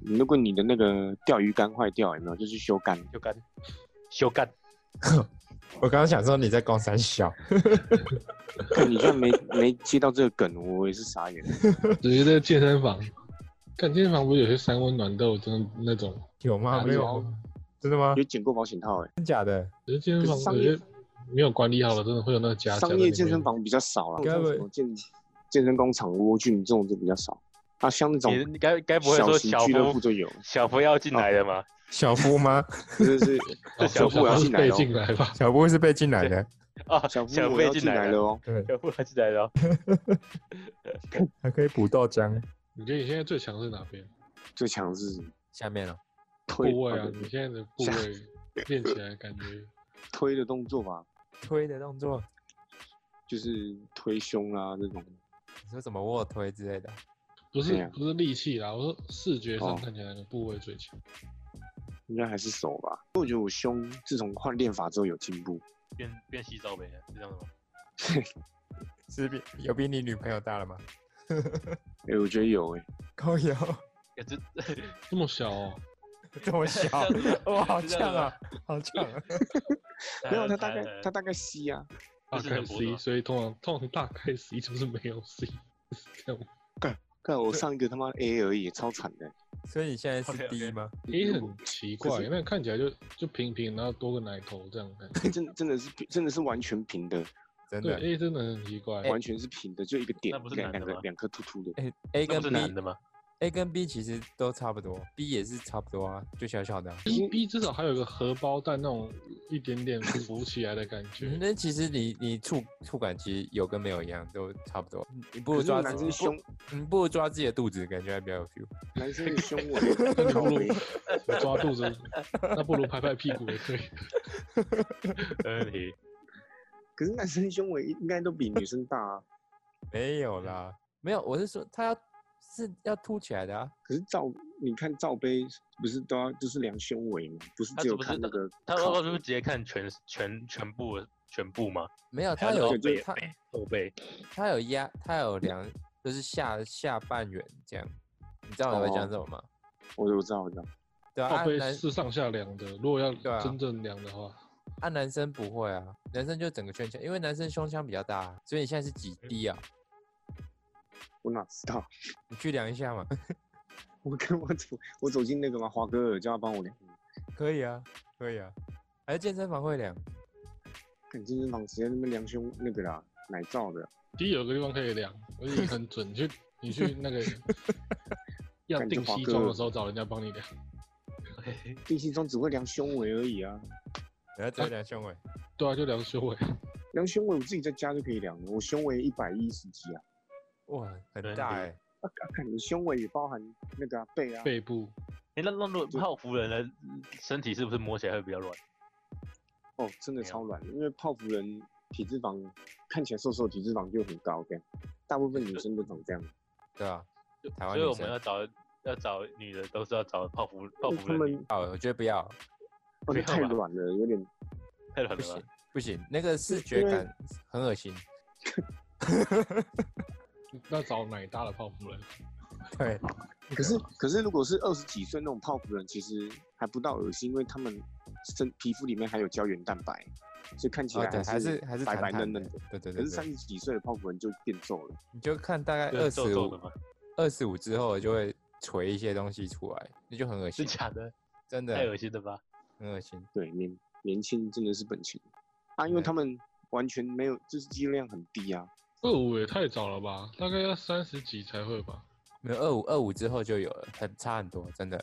Speaker 1: 如果你的那个钓鱼竿坏掉，有没有？就去修竿。
Speaker 3: 修干，修干，
Speaker 2: 我刚刚想说你在攻三小，
Speaker 1: 看你居然没没接到这个梗，我也是傻眼。
Speaker 4: 直接在健身房，看健身房不是有些三温暖豆，真的那种，
Speaker 2: 有吗？
Speaker 4: 哪
Speaker 2: 啊没
Speaker 4: 里
Speaker 2: 有吗，真的吗
Speaker 1: 有？剪过保险套哎、
Speaker 2: 真假的？
Speaker 4: 可是健身
Speaker 1: 可是
Speaker 4: 房
Speaker 1: 商
Speaker 4: 有
Speaker 1: 业
Speaker 4: 些没有管理好了，真的会有那个夹夹在
Speaker 1: 商
Speaker 4: 里
Speaker 1: 业
Speaker 4: 面
Speaker 1: 健身，房比较少了，
Speaker 2: 该
Speaker 1: 像
Speaker 2: 不会
Speaker 1: 什么健健身工厂、蜗苣这种就比较少。啊，像那种
Speaker 3: 你你该该不会说
Speaker 1: 型
Speaker 3: 小
Speaker 1: 俱乐部
Speaker 3: 夫
Speaker 1: 就有，
Speaker 3: 小夫要进来的吗？
Speaker 2: 小夫 吗？
Speaker 1: 真的是 小
Speaker 4: 哦小
Speaker 1: 夫我要
Speaker 4: 是
Speaker 1: 进来
Speaker 4: 被
Speaker 1: 了哦，
Speaker 4: 进来吧？
Speaker 2: 小夫是被进来的，
Speaker 3: 啊，
Speaker 1: 小
Speaker 3: 小
Speaker 1: 夫
Speaker 3: 夫
Speaker 1: 我
Speaker 3: 也
Speaker 1: 要进来
Speaker 3: 来
Speaker 1: 了
Speaker 3: 了，
Speaker 1: 哦。
Speaker 2: 对，
Speaker 3: 小夫要进来了哦，
Speaker 2: 还可以补豆浆。
Speaker 4: 你觉得你现在最强是哪边？
Speaker 1: 最强是
Speaker 2: 下面哦，
Speaker 1: 推
Speaker 4: 部位啊
Speaker 1: 哦，
Speaker 4: 你现在的部位练起来感觉
Speaker 1: 推的动作吧，
Speaker 2: 推的动作，
Speaker 1: 就是推胸啊这种。
Speaker 2: 你说什么卧推之类的？
Speaker 4: 不
Speaker 1: 对
Speaker 4: 是
Speaker 1: 啊
Speaker 4: 不是力气啦，我说视觉上
Speaker 1: 哦
Speaker 4: 看起来的部位最强。
Speaker 1: 应该还是手吧，因为我觉得我胸自从换练法之后有进步，
Speaker 3: 变变西照北了，是这样的吗？
Speaker 2: 是比有比你女朋友大了吗？
Speaker 1: 哎、我觉得有哎、
Speaker 2: 高腰
Speaker 3: 哎这
Speaker 4: 这么小哦，
Speaker 2: 这么 小
Speaker 3: 这样子，
Speaker 2: 哇，哦好
Speaker 3: 是这样
Speaker 2: 呛
Speaker 3: 子吗
Speaker 2: 啊，好呛 啊！
Speaker 1: 没有他大概他大概吸啊，
Speaker 4: 大
Speaker 3: 这是
Speaker 4: 概
Speaker 3: 很薄的
Speaker 4: C，所以通常通常大概 C 就是没有 C，是这样吗。
Speaker 1: 看我上一个他妈 A 而已，超惨的、
Speaker 2: 所以你现在是
Speaker 3: OK，OK
Speaker 2: 低吗？
Speaker 4: 也很奇怪
Speaker 1: 可是，
Speaker 4: 那看起来就就平平，然后多个奶头这样看。
Speaker 1: 真真的是真的是完全平的，
Speaker 2: 真
Speaker 4: 对
Speaker 2: 的
Speaker 4: A 真的很奇怪，
Speaker 1: 完全是平的，就一个点
Speaker 3: 哎那不，是
Speaker 1: 两
Speaker 3: 男的
Speaker 1: 两个
Speaker 3: 吗
Speaker 1: 两颗凸 凸的。
Speaker 2: 哎
Speaker 3: 那
Speaker 2: ，A 跟
Speaker 3: 不是男的
Speaker 2: B
Speaker 3: 吗？
Speaker 2: A 跟 B 其实都差不多，B 也是差不多啊，就小小的啊。
Speaker 4: B B 至少还有一个荷包蛋那种一点点浮起来的感
Speaker 2: 嗯
Speaker 4: 觉。
Speaker 2: 那其实你你触触感其实有跟没有一样，都差不多。你不
Speaker 1: 可
Speaker 2: 如
Speaker 1: 是
Speaker 2: 抓
Speaker 1: 男
Speaker 2: 自
Speaker 1: 生
Speaker 2: 己
Speaker 1: 胸，
Speaker 2: 不你不如抓自己的肚子，感觉还比较有 feel。
Speaker 1: 男生的胸围 靠背，
Speaker 4: 我抓肚 子，那不如拍拍屁股也可以。
Speaker 3: 没问 题，
Speaker 1: 可是男生的胸围应该都比女生大啊。
Speaker 2: 没有啦，没有，我是说他要是要凸起来的啊。
Speaker 1: 可是罩，你看罩杯不是都要就是量胸围吗？不是
Speaker 3: 他
Speaker 1: 只有
Speaker 3: 是不是
Speaker 1: 看那
Speaker 3: 那
Speaker 1: 个
Speaker 3: 他
Speaker 1: 靠
Speaker 3: 他是不是直接看全全全部的全部吗？
Speaker 2: 没有，他
Speaker 3: 还
Speaker 2: 有
Speaker 3: 有背
Speaker 2: 他
Speaker 3: 背后背，
Speaker 2: 他有压，他有量，就是下下半圆这样。你知道我在讲
Speaker 1: 哦
Speaker 2: 什么吗？
Speaker 1: 我我知道我知道，
Speaker 2: 对啊，
Speaker 4: 靠
Speaker 2: 啊
Speaker 4: 背
Speaker 2: 男
Speaker 4: 哦是上下量的，如果要
Speaker 2: 对啊
Speaker 4: 真正量的话，
Speaker 2: 啊男生不会啊，男生就整个圈圈，因为男生胸腔比较大啊，所以你现在是几低啊？
Speaker 1: 我哪知道？
Speaker 2: 你去量一下嘛。
Speaker 1: 我跟我走我走进那个嘛，华哥尔叫他帮我量。
Speaker 2: 可以啊，可以啊，还是健身房会量。
Speaker 1: 看健身房直接那边量胸那个啦，奶罩的，
Speaker 4: 其实有个地方可以量，而且很准。你去你去 那个要
Speaker 1: 感觉
Speaker 4: 定
Speaker 1: 华
Speaker 4: 西
Speaker 1: 哥
Speaker 4: 装的时候找人家帮你量。
Speaker 1: 定西装只会量胸围而已啊。
Speaker 2: 然后只会量胸围，
Speaker 4: 对啊，就量胸围。
Speaker 1: 量胸围我自己在家就可以量了，我胸围一百一十几啊。
Speaker 2: 哇，很
Speaker 3: 对
Speaker 2: 大
Speaker 3: 很
Speaker 2: 哎、
Speaker 3: 厉
Speaker 1: 啊，看你胸围也包含那个、啊、背啊，
Speaker 4: 背部，
Speaker 3: 哎，那那如果泡芙人的身体是不是摸起来会比较软？
Speaker 1: 哦，真的
Speaker 3: 没有
Speaker 1: 超软的，因为泡芙人体脂肪看起来瘦瘦，体脂肪就很高，这样，大部分女生都长这样。
Speaker 2: 对啊，
Speaker 3: 就
Speaker 2: 台湾
Speaker 3: 所以
Speaker 2: 女
Speaker 3: 我们
Speaker 2: 生
Speaker 3: 要找要找女的都是要找泡芙泡
Speaker 1: 因为
Speaker 3: 芙
Speaker 1: 他
Speaker 3: 人女，
Speaker 1: 们
Speaker 2: 哦，我觉得不要，
Speaker 1: 哦，那
Speaker 3: 没有
Speaker 1: 太
Speaker 3: 吧
Speaker 1: 软了，有点
Speaker 3: 太软
Speaker 2: 不
Speaker 3: 了吧
Speaker 2: 行？不行，那个视觉
Speaker 1: 因为
Speaker 2: 感很 恶心。
Speaker 4: 那找奶大的泡芙人，
Speaker 2: 对，
Speaker 1: 可是，
Speaker 3: 啊
Speaker 1: 可是如果是二十几岁那种泡芙人，其实还不到恶心，因为他们身皮肤里面还有胶原蛋白，所以看起
Speaker 2: 哦
Speaker 1: 来
Speaker 2: 对，还是还是
Speaker 1: 白
Speaker 2: 弹
Speaker 1: 白
Speaker 2: 弹
Speaker 1: 嫩嫩
Speaker 2: 的
Speaker 1: 的。，
Speaker 2: 对对
Speaker 1: 可
Speaker 2: 对
Speaker 1: 是三
Speaker 2: 对，
Speaker 1: 十几岁的泡芙人就变皱了，
Speaker 2: 你就看大概
Speaker 3: 对
Speaker 2: 二
Speaker 3: 皱
Speaker 2: 十
Speaker 3: 皱的
Speaker 2: 五
Speaker 3: 吗？
Speaker 2: 二十五之后就会垂一些东西出来，那就很恶
Speaker 3: 是
Speaker 2: 心，
Speaker 3: 假的，
Speaker 2: 真的
Speaker 3: 太恶心了吧？
Speaker 2: 很恶心。
Speaker 1: 对，年年轻真的是本钱啊，因为
Speaker 2: 对
Speaker 1: 他们完全没有，就是肌肉量很低啊，
Speaker 4: 二五也太早了吧？大概要三十几才会吧？
Speaker 2: 没有二五二五之后就有了，很差很多，真的。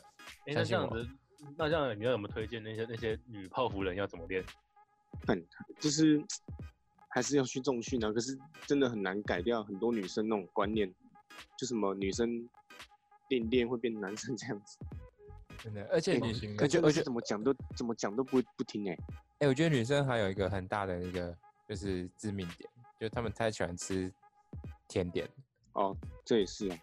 Speaker 3: 哎，那这
Speaker 2: 相信
Speaker 3: 样
Speaker 2: 我
Speaker 3: 子那这样你要怎么推荐那些那些女泡芙人要怎么练？
Speaker 1: 就是还是要去重训啊，可是真的很难改掉很多女生那种观念，就什么女生练练会变男生这样子，
Speaker 2: 真的，而且
Speaker 4: 放
Speaker 2: 女
Speaker 4: 心，
Speaker 2: 而
Speaker 1: 而
Speaker 2: 且
Speaker 1: 且
Speaker 2: 而
Speaker 1: 而
Speaker 2: 且
Speaker 1: 且怎么讲都怎么讲都不不听哎、
Speaker 2: 哎、我觉得女生还有一个很大的一个就是致命点，就是她们太喜欢吃甜点，
Speaker 1: 哦，这也是啊。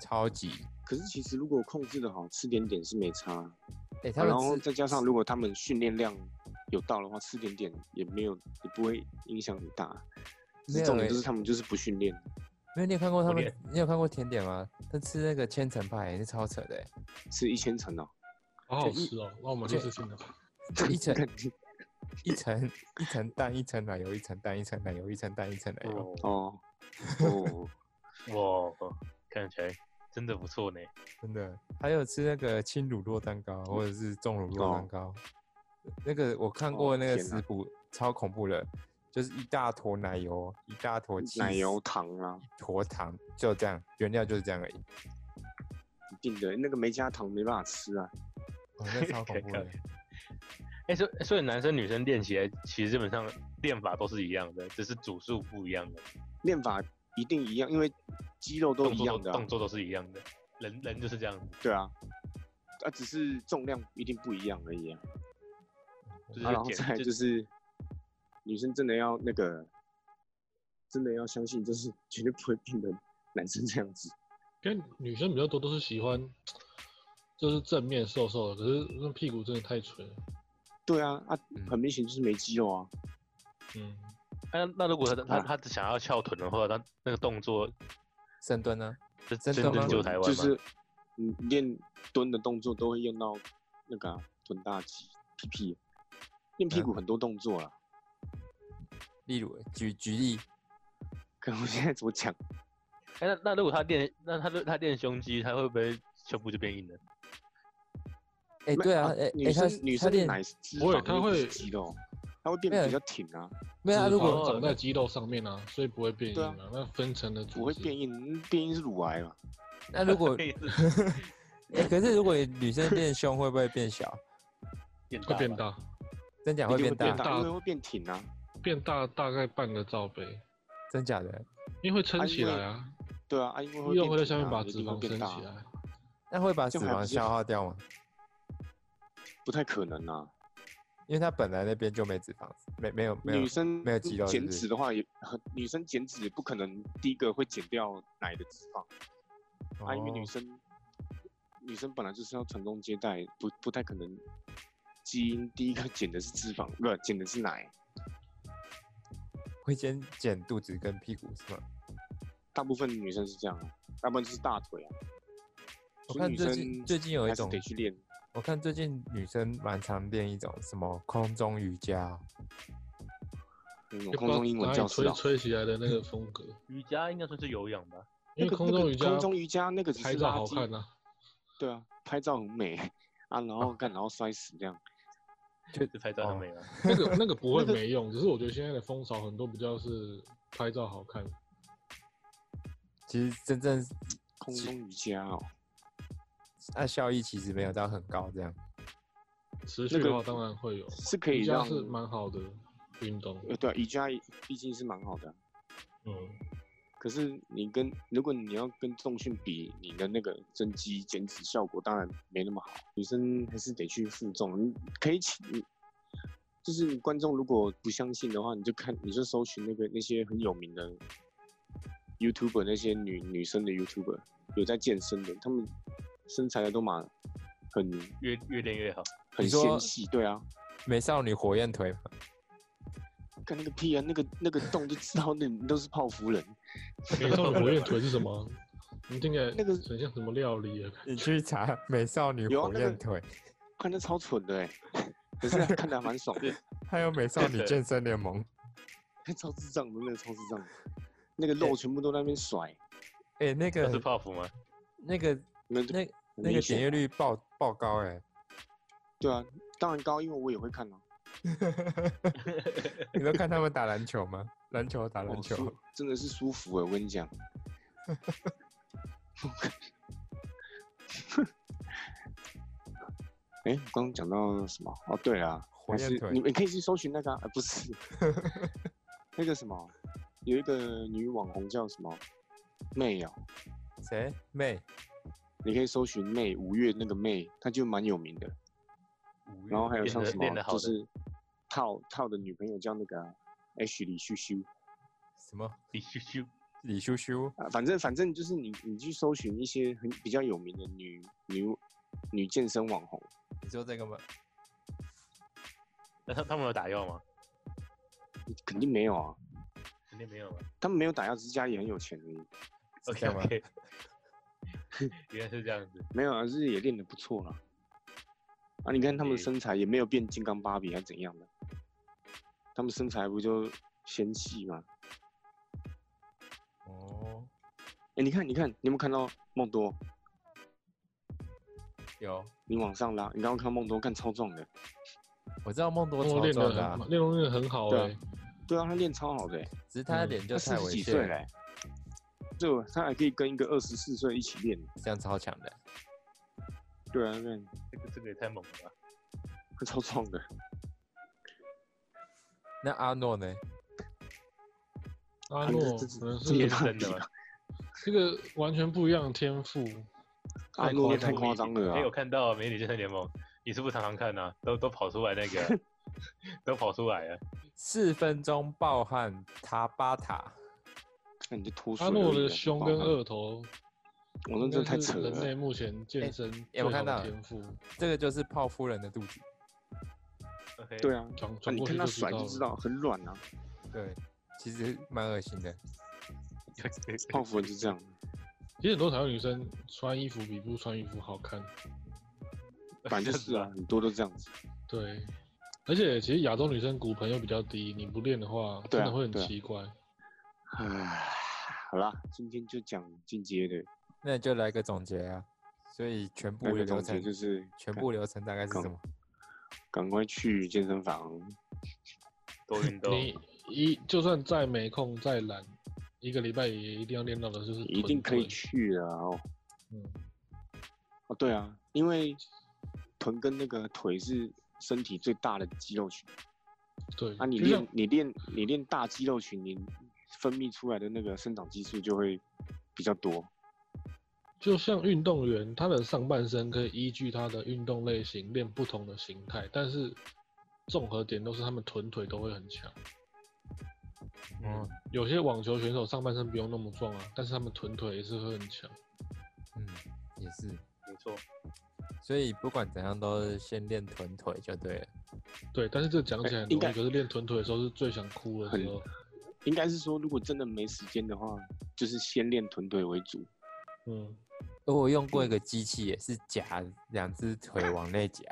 Speaker 2: 超级
Speaker 1: 可是其实如果控制的好，吃点点是没差啊、
Speaker 2: 哎、她
Speaker 1: 然后
Speaker 2: 们吃
Speaker 1: 再加上如果他们训练量有到的话，吃点点也没有也不会影响很大。
Speaker 2: 没
Speaker 1: 这
Speaker 2: 有
Speaker 1: 种
Speaker 2: 欸
Speaker 1: 就是他们就是不训练，
Speaker 2: 没有你有看过她
Speaker 3: 我
Speaker 2: 们
Speaker 3: 脸，
Speaker 2: 你有看过甜点吗？她吃那个千层派也是超扯的、欸，
Speaker 1: 吃一千 层哦。
Speaker 4: 好好吃哦，那我们就是听的。
Speaker 2: 就一层一层一层蛋，一层奶油，一层蛋，一层奶油，一层蛋，一层奶油。
Speaker 3: 哦，
Speaker 1: 哦哦，
Speaker 3: 哇，看起来真的不错呢。
Speaker 2: 真的，还有吃那个轻乳酪蛋糕，或者是重乳酪蛋糕。那个我看过
Speaker 1: 哦
Speaker 2: 那个
Speaker 1: 天哪
Speaker 2: 食谱，超恐怖的，就是一大坨奶油，一大坨 cheese，
Speaker 1: 哦奶油糖啊，
Speaker 2: 一坨糖，就这样，原料就是这样而已。
Speaker 1: 一定的，那个没加糖没办法吃啊。
Speaker 2: 哦， 那超恐怖的
Speaker 3: 可。哎、所以所以男生女生练起来，其实基本上练法都是一样的，只是组数不一样的，
Speaker 1: 练法一定一样，因为肌肉都
Speaker 3: 动
Speaker 1: 一
Speaker 3: 作
Speaker 1: 样
Speaker 3: 都
Speaker 1: 的啊、
Speaker 3: 动作都是一样的，人人就是这样子，
Speaker 1: 对啊，啊，只是重量一定不一样而已啊。
Speaker 3: 就
Speaker 1: 啊然后
Speaker 3: 是
Speaker 1: 再来
Speaker 3: 减
Speaker 1: 就，
Speaker 3: 就是
Speaker 1: 女生真的要那个，真的要相信，就是绝对不会变成男生这样子。
Speaker 4: 因为女生比较多都是喜欢，就是正面瘦瘦的，可是那屁股真的太垂了。
Speaker 1: 对啊，啊
Speaker 2: 嗯，
Speaker 1: 很明显就是没肌肉啊。
Speaker 4: 嗯，
Speaker 3: 那那如果他他
Speaker 1: 啊
Speaker 3: 他只想要翘臀的话，他那个动作
Speaker 2: 深蹲呢？
Speaker 3: 是
Speaker 2: 真
Speaker 3: 真
Speaker 2: 的吗
Speaker 3: 的救台湾
Speaker 1: 就
Speaker 3: 吗？
Speaker 1: 是你练蹲的动作都会用到那个啊、臀大肌、屁屁，啊练
Speaker 3: 嗯
Speaker 1: 屁股很多动作啦。啊
Speaker 2: 例如举举例，
Speaker 1: 可能我现在怎么讲？
Speaker 3: 哎、那那如果他练那他他练胸肌，他会不会胸部就变硬了？
Speaker 2: 哎，对啊，哎
Speaker 1: 女
Speaker 2: 哎，他
Speaker 1: 生女
Speaker 2: 他
Speaker 1: 生的
Speaker 2: 练
Speaker 1: 奶脂
Speaker 4: 不会
Speaker 1: 肪
Speaker 4: 她
Speaker 1: 又不是
Speaker 4: 会
Speaker 1: 肌肉，她会变
Speaker 2: 没有
Speaker 1: 得比较挺啊，
Speaker 2: 没有啊，
Speaker 4: 脂
Speaker 2: 如
Speaker 4: 肪
Speaker 2: 果
Speaker 3: 哦
Speaker 4: 长在肌肉上面啊，所以不会变硬
Speaker 1: 对啊
Speaker 4: 啊。那分层的组织
Speaker 1: 不会变硬，变硬是乳癌嘛。
Speaker 2: 那如果
Speaker 3: 可以是
Speaker 2: 哎，可是如果女生练胸会不会 变小？
Speaker 3: 变大
Speaker 4: 会
Speaker 3: 吧
Speaker 4: 变大，
Speaker 2: 真假
Speaker 1: 一
Speaker 2: 会
Speaker 1: 定会
Speaker 2: 变
Speaker 1: 变
Speaker 2: 大？
Speaker 1: 大，因为会变挺啊。
Speaker 4: 变大大概半个罩杯，
Speaker 2: 真假的？
Speaker 4: 因为会撑起来啊，
Speaker 1: 对啊，啊因为会
Speaker 4: 肌肉
Speaker 1: 变
Speaker 4: 会在下
Speaker 1: 挺
Speaker 4: 面
Speaker 1: 啊
Speaker 4: 把
Speaker 1: 一
Speaker 4: 脂
Speaker 1: 定会
Speaker 4: 肪
Speaker 1: 变
Speaker 4: 撑
Speaker 1: 大
Speaker 4: 起
Speaker 1: 啊，
Speaker 4: 来。
Speaker 2: 那会把脂
Speaker 1: 这样还
Speaker 2: 肪
Speaker 1: 不是
Speaker 2: 消耗掉吗？
Speaker 1: 不太可能啊。
Speaker 2: 因为它本来那边就没脂肪，没没有没有
Speaker 1: 女生
Speaker 2: 没有肌肉是
Speaker 1: 减
Speaker 2: 不是
Speaker 1: 脂的话也，很女生减脂也不可能第一个会减掉奶的脂肪啊，因为女
Speaker 2: 哦
Speaker 1: 生女生本来就是要传宗接代，不不太可能基因第一个 减的是脂肪，不减的是奶，
Speaker 2: 哦会先减肚子跟屁股是吗？
Speaker 1: 大部分女生是这样啊，要不然就是大腿啊。
Speaker 2: 我
Speaker 1: 所以
Speaker 2: 看
Speaker 1: 女
Speaker 2: 最
Speaker 1: 生
Speaker 2: 近最近有一
Speaker 1: 还是
Speaker 2: 种
Speaker 1: 得去练，
Speaker 2: 我看最近女生蛮常练一种什么空中瑜伽哦，
Speaker 1: 嗯，
Speaker 4: 就不知
Speaker 1: 空
Speaker 4: 道
Speaker 1: 中英文
Speaker 4: 哪里
Speaker 1: 教室
Speaker 4: 吹
Speaker 1: 啊。
Speaker 4: 吹起来的那个风格，
Speaker 3: 瑜伽应该算是有氧吧？
Speaker 1: 那
Speaker 4: 因为
Speaker 1: 个
Speaker 4: 空中瑜
Speaker 1: 那
Speaker 4: 伽，
Speaker 1: 个空中瑜伽那个只是
Speaker 4: 拍照
Speaker 1: 拉
Speaker 4: 好
Speaker 1: 筋
Speaker 4: 看 呐、啊。
Speaker 1: 对啊，拍照很美啊，然后干然后摔死这样。
Speaker 2: 就是
Speaker 3: 拍照很美啊。
Speaker 4: 那个那个不会没用，只是我觉得现在的风潮很多比较是拍照好看，
Speaker 2: 其实真正
Speaker 1: 空中瑜伽哦，
Speaker 2: 那啊效益其实没有到很高这样。
Speaker 4: 持续的
Speaker 1: 那
Speaker 4: 话
Speaker 1: 个
Speaker 4: 当然会有。
Speaker 1: 是可以
Speaker 4: 瑜伽
Speaker 1: 让
Speaker 4: 是蛮好的运动，
Speaker 1: 呃，对、啊，瑜伽毕竟是蛮好的啊、
Speaker 4: 嗯，
Speaker 1: 可是你跟如果你要跟重训比，你的那个增肌减脂效果当然没那么好。女生还是得去负重，你可以请，就是观众如果不相信的话，你就看你就搜寻那个那些很有名的 YouTuber，那些女女生的 YouTuber 有在健身的，她们身材都蛮很
Speaker 3: 越越练越好。
Speaker 1: 很
Speaker 2: 你说
Speaker 1: 纤细，对啊，
Speaker 2: 美少女火焰腿嘛，
Speaker 1: 看那个屁啊，那个那个洞就知道那你都是泡芙人。
Speaker 4: 美少女火焰腿是什么？你听起来
Speaker 1: 那个
Speaker 4: 很像什么料理啊？
Speaker 2: 你去查美少女
Speaker 1: 有啊
Speaker 2: 火
Speaker 1: 那个
Speaker 2: 焰腿，
Speaker 1: 看着超蠢的哎、 可是看着还蛮爽的，
Speaker 2: 还有美少
Speaker 3: 真
Speaker 2: 女
Speaker 3: 的
Speaker 2: 健身联盟。
Speaker 1: 超智障的那个超智障的，那个肉全部都在那边甩，
Speaker 2: 哎、那
Speaker 3: 那是
Speaker 2: 个
Speaker 3: 泡芙吗？
Speaker 2: 那个
Speaker 1: 那
Speaker 2: 那
Speaker 1: 很啊
Speaker 2: 那个
Speaker 1: 明显
Speaker 2: 点阅率爆爆高哎、
Speaker 1: 对啊，当然高，因为我也会看啊。
Speaker 2: 你都看他们打篮球吗？篮球打
Speaker 1: 哦
Speaker 2: 篮球，
Speaker 1: 舒真的是舒服哎、我跟你讲， 哎，我刚刚讲到什么？哦，对啊，
Speaker 2: 火
Speaker 1: 还
Speaker 2: 焰
Speaker 1: 是
Speaker 2: 腿
Speaker 1: 你们可以去搜寻那个、啊，呃，不是那个什么，有一个女网红叫什么妹哦，
Speaker 2: 谁？妹？
Speaker 1: 你可以搜寻妹，五月那个妹，她就蛮有名的。
Speaker 3: 五
Speaker 1: 然后还有
Speaker 3: 练
Speaker 1: 像
Speaker 3: 得
Speaker 1: 什
Speaker 3: 练得
Speaker 1: 么，
Speaker 3: 好
Speaker 1: 就
Speaker 3: 的，
Speaker 1: 是套套的女朋友叫那个、啊、H 李旭旭
Speaker 2: 什么？
Speaker 3: 李旭旭
Speaker 2: 李羞羞？
Speaker 1: 啊，反正反正就是你你去搜寻一些很比较有名的女女女健身网红，
Speaker 2: 你说这个吗？
Speaker 3: 那他他们有打药吗？
Speaker 1: 肯定没有啊，
Speaker 3: 肯定没有吧。
Speaker 1: 他们没有打药，只是家里很有钱而已。
Speaker 2: 是
Speaker 3: OK
Speaker 2: 这 样吗
Speaker 3: OK，原来是这样子。
Speaker 1: 没有啊，就是也练得不错啦。啊，你看他们
Speaker 3: 嗯
Speaker 1: 身材也没有变金刚芭比还怎样的，他们身材不就纤细吗？
Speaker 2: 哦，
Speaker 1: 哎、你看你看，你有没有看到梦多？
Speaker 2: 有，
Speaker 1: 你往上拉，你刚刚看梦多，看超壮的，
Speaker 2: 我知道梦多
Speaker 4: 我
Speaker 2: 超
Speaker 4: 练
Speaker 2: 壮的
Speaker 4: 的
Speaker 2: 啊、
Speaker 4: 很，练得练得很好
Speaker 1: 对啊
Speaker 4: 哎、欸，
Speaker 1: 对啊，他练超好的、欸。
Speaker 2: 只是他的
Speaker 4: 嗯
Speaker 2: 脸就
Speaker 1: 他
Speaker 2: 太
Speaker 1: 四十几
Speaker 2: 猥亵
Speaker 1: 岁
Speaker 2: 了，
Speaker 1: 嘞，就他还可以跟一个二十四岁一起练。
Speaker 2: 这样超强的。
Speaker 1: 对啊，对，
Speaker 3: 这个这个也太猛了吧！
Speaker 1: 他超壮的。
Speaker 2: 那阿诺呢？
Speaker 4: 阿诺
Speaker 1: 这这
Speaker 4: 可能
Speaker 1: 这没
Speaker 4: 是
Speaker 1: 办法比
Speaker 3: 天生的
Speaker 1: 啊
Speaker 3: 吧
Speaker 4: 这个完全不一样的天赋，
Speaker 1: 阿
Speaker 4: 太
Speaker 1: 诺
Speaker 4: 夸
Speaker 1: 太
Speaker 4: 张了
Speaker 1: 夸张了
Speaker 3: 哎没有
Speaker 1: 啊！
Speaker 3: 看到《美女健身联盟》，你是不是常常看啊？都都跑出来 那个，都跑出来了。
Speaker 2: 四分钟暴汗塔巴塔，
Speaker 1: 那你就脱水
Speaker 4: 阿
Speaker 1: 而已啊。
Speaker 4: 诺的胸跟
Speaker 1: 二，
Speaker 4: 二头，
Speaker 1: 我那真的太扯
Speaker 4: 应该是人类
Speaker 1: 了。啊
Speaker 4: 目前健身
Speaker 2: 欸
Speaker 4: 最
Speaker 2: 我
Speaker 4: 好
Speaker 2: 看到
Speaker 4: 的
Speaker 2: 了
Speaker 4: 天赋，
Speaker 2: 这个就是泡夫人的肚子。
Speaker 3: OK，
Speaker 1: 对啊，
Speaker 4: 转
Speaker 1: 啊
Speaker 4: 转
Speaker 1: 你
Speaker 4: 过
Speaker 1: 看
Speaker 4: 去
Speaker 1: 他
Speaker 4: 就
Speaker 1: 甩就知
Speaker 4: 知
Speaker 1: 道
Speaker 4: 道了。
Speaker 1: 很软啊。
Speaker 2: 对，其实蛮恶心的。
Speaker 1: 泡芙人就这 样，
Speaker 4: 其实很多台湾女生穿衣服比不穿衣服好看，
Speaker 1: 反正就是啊，很多都这样子。
Speaker 4: 对。而且其实亚洲女生骨盆又比较低，你不练的话，
Speaker 1: 对
Speaker 4: 真
Speaker 1: 啊
Speaker 4: 的会很
Speaker 1: 对啊
Speaker 4: 奇怪。
Speaker 1: 唉，好啦，今天就讲进阶的。
Speaker 2: 那你就来个总结啊。所以全部
Speaker 1: 那个
Speaker 2: 流
Speaker 1: 总结
Speaker 2: 程，
Speaker 1: 就是，
Speaker 2: 全部流程大概是
Speaker 1: 刚
Speaker 2: 什么？
Speaker 1: 赶快去健身房。
Speaker 3: 多运动。
Speaker 2: 啊
Speaker 4: 你一就算再没空再懒，一个礼拜也一定要练到的就是
Speaker 1: 一定
Speaker 4: 臀
Speaker 1: 可以
Speaker 4: 腿。
Speaker 1: 去的啊哦。
Speaker 4: 嗯，
Speaker 1: 哦，对啊，因为臀跟那个腿是身体最大的肌肉群。
Speaker 4: 对。
Speaker 1: 啊，你
Speaker 4: 就像
Speaker 1: 练你练你练大肌肉群，你分泌出来的那个生长激素就会比较多。
Speaker 4: 就像运动员，他的上半身可以依据他的运动类型练不同的形态，但是综合点都是他们臀腿都会很强。
Speaker 2: 嗯
Speaker 4: 有些网球选手上半身不用那么壮啊，但是他们臀腿也是会很强。
Speaker 2: 嗯，也是。
Speaker 3: 没错，
Speaker 2: 所以不管怎样，都是先练臀腿就对了。
Speaker 4: 对，但是这讲起来很
Speaker 1: 哎应
Speaker 4: 容
Speaker 1: 该
Speaker 4: 易，可是练臀腿的时候是最想哭的时候。
Speaker 1: 应该是说，如果真的没时间的话，就是先练臀腿为主。
Speaker 4: 嗯，
Speaker 2: 而我用过一个机器，也是夹两只腿往内 夹，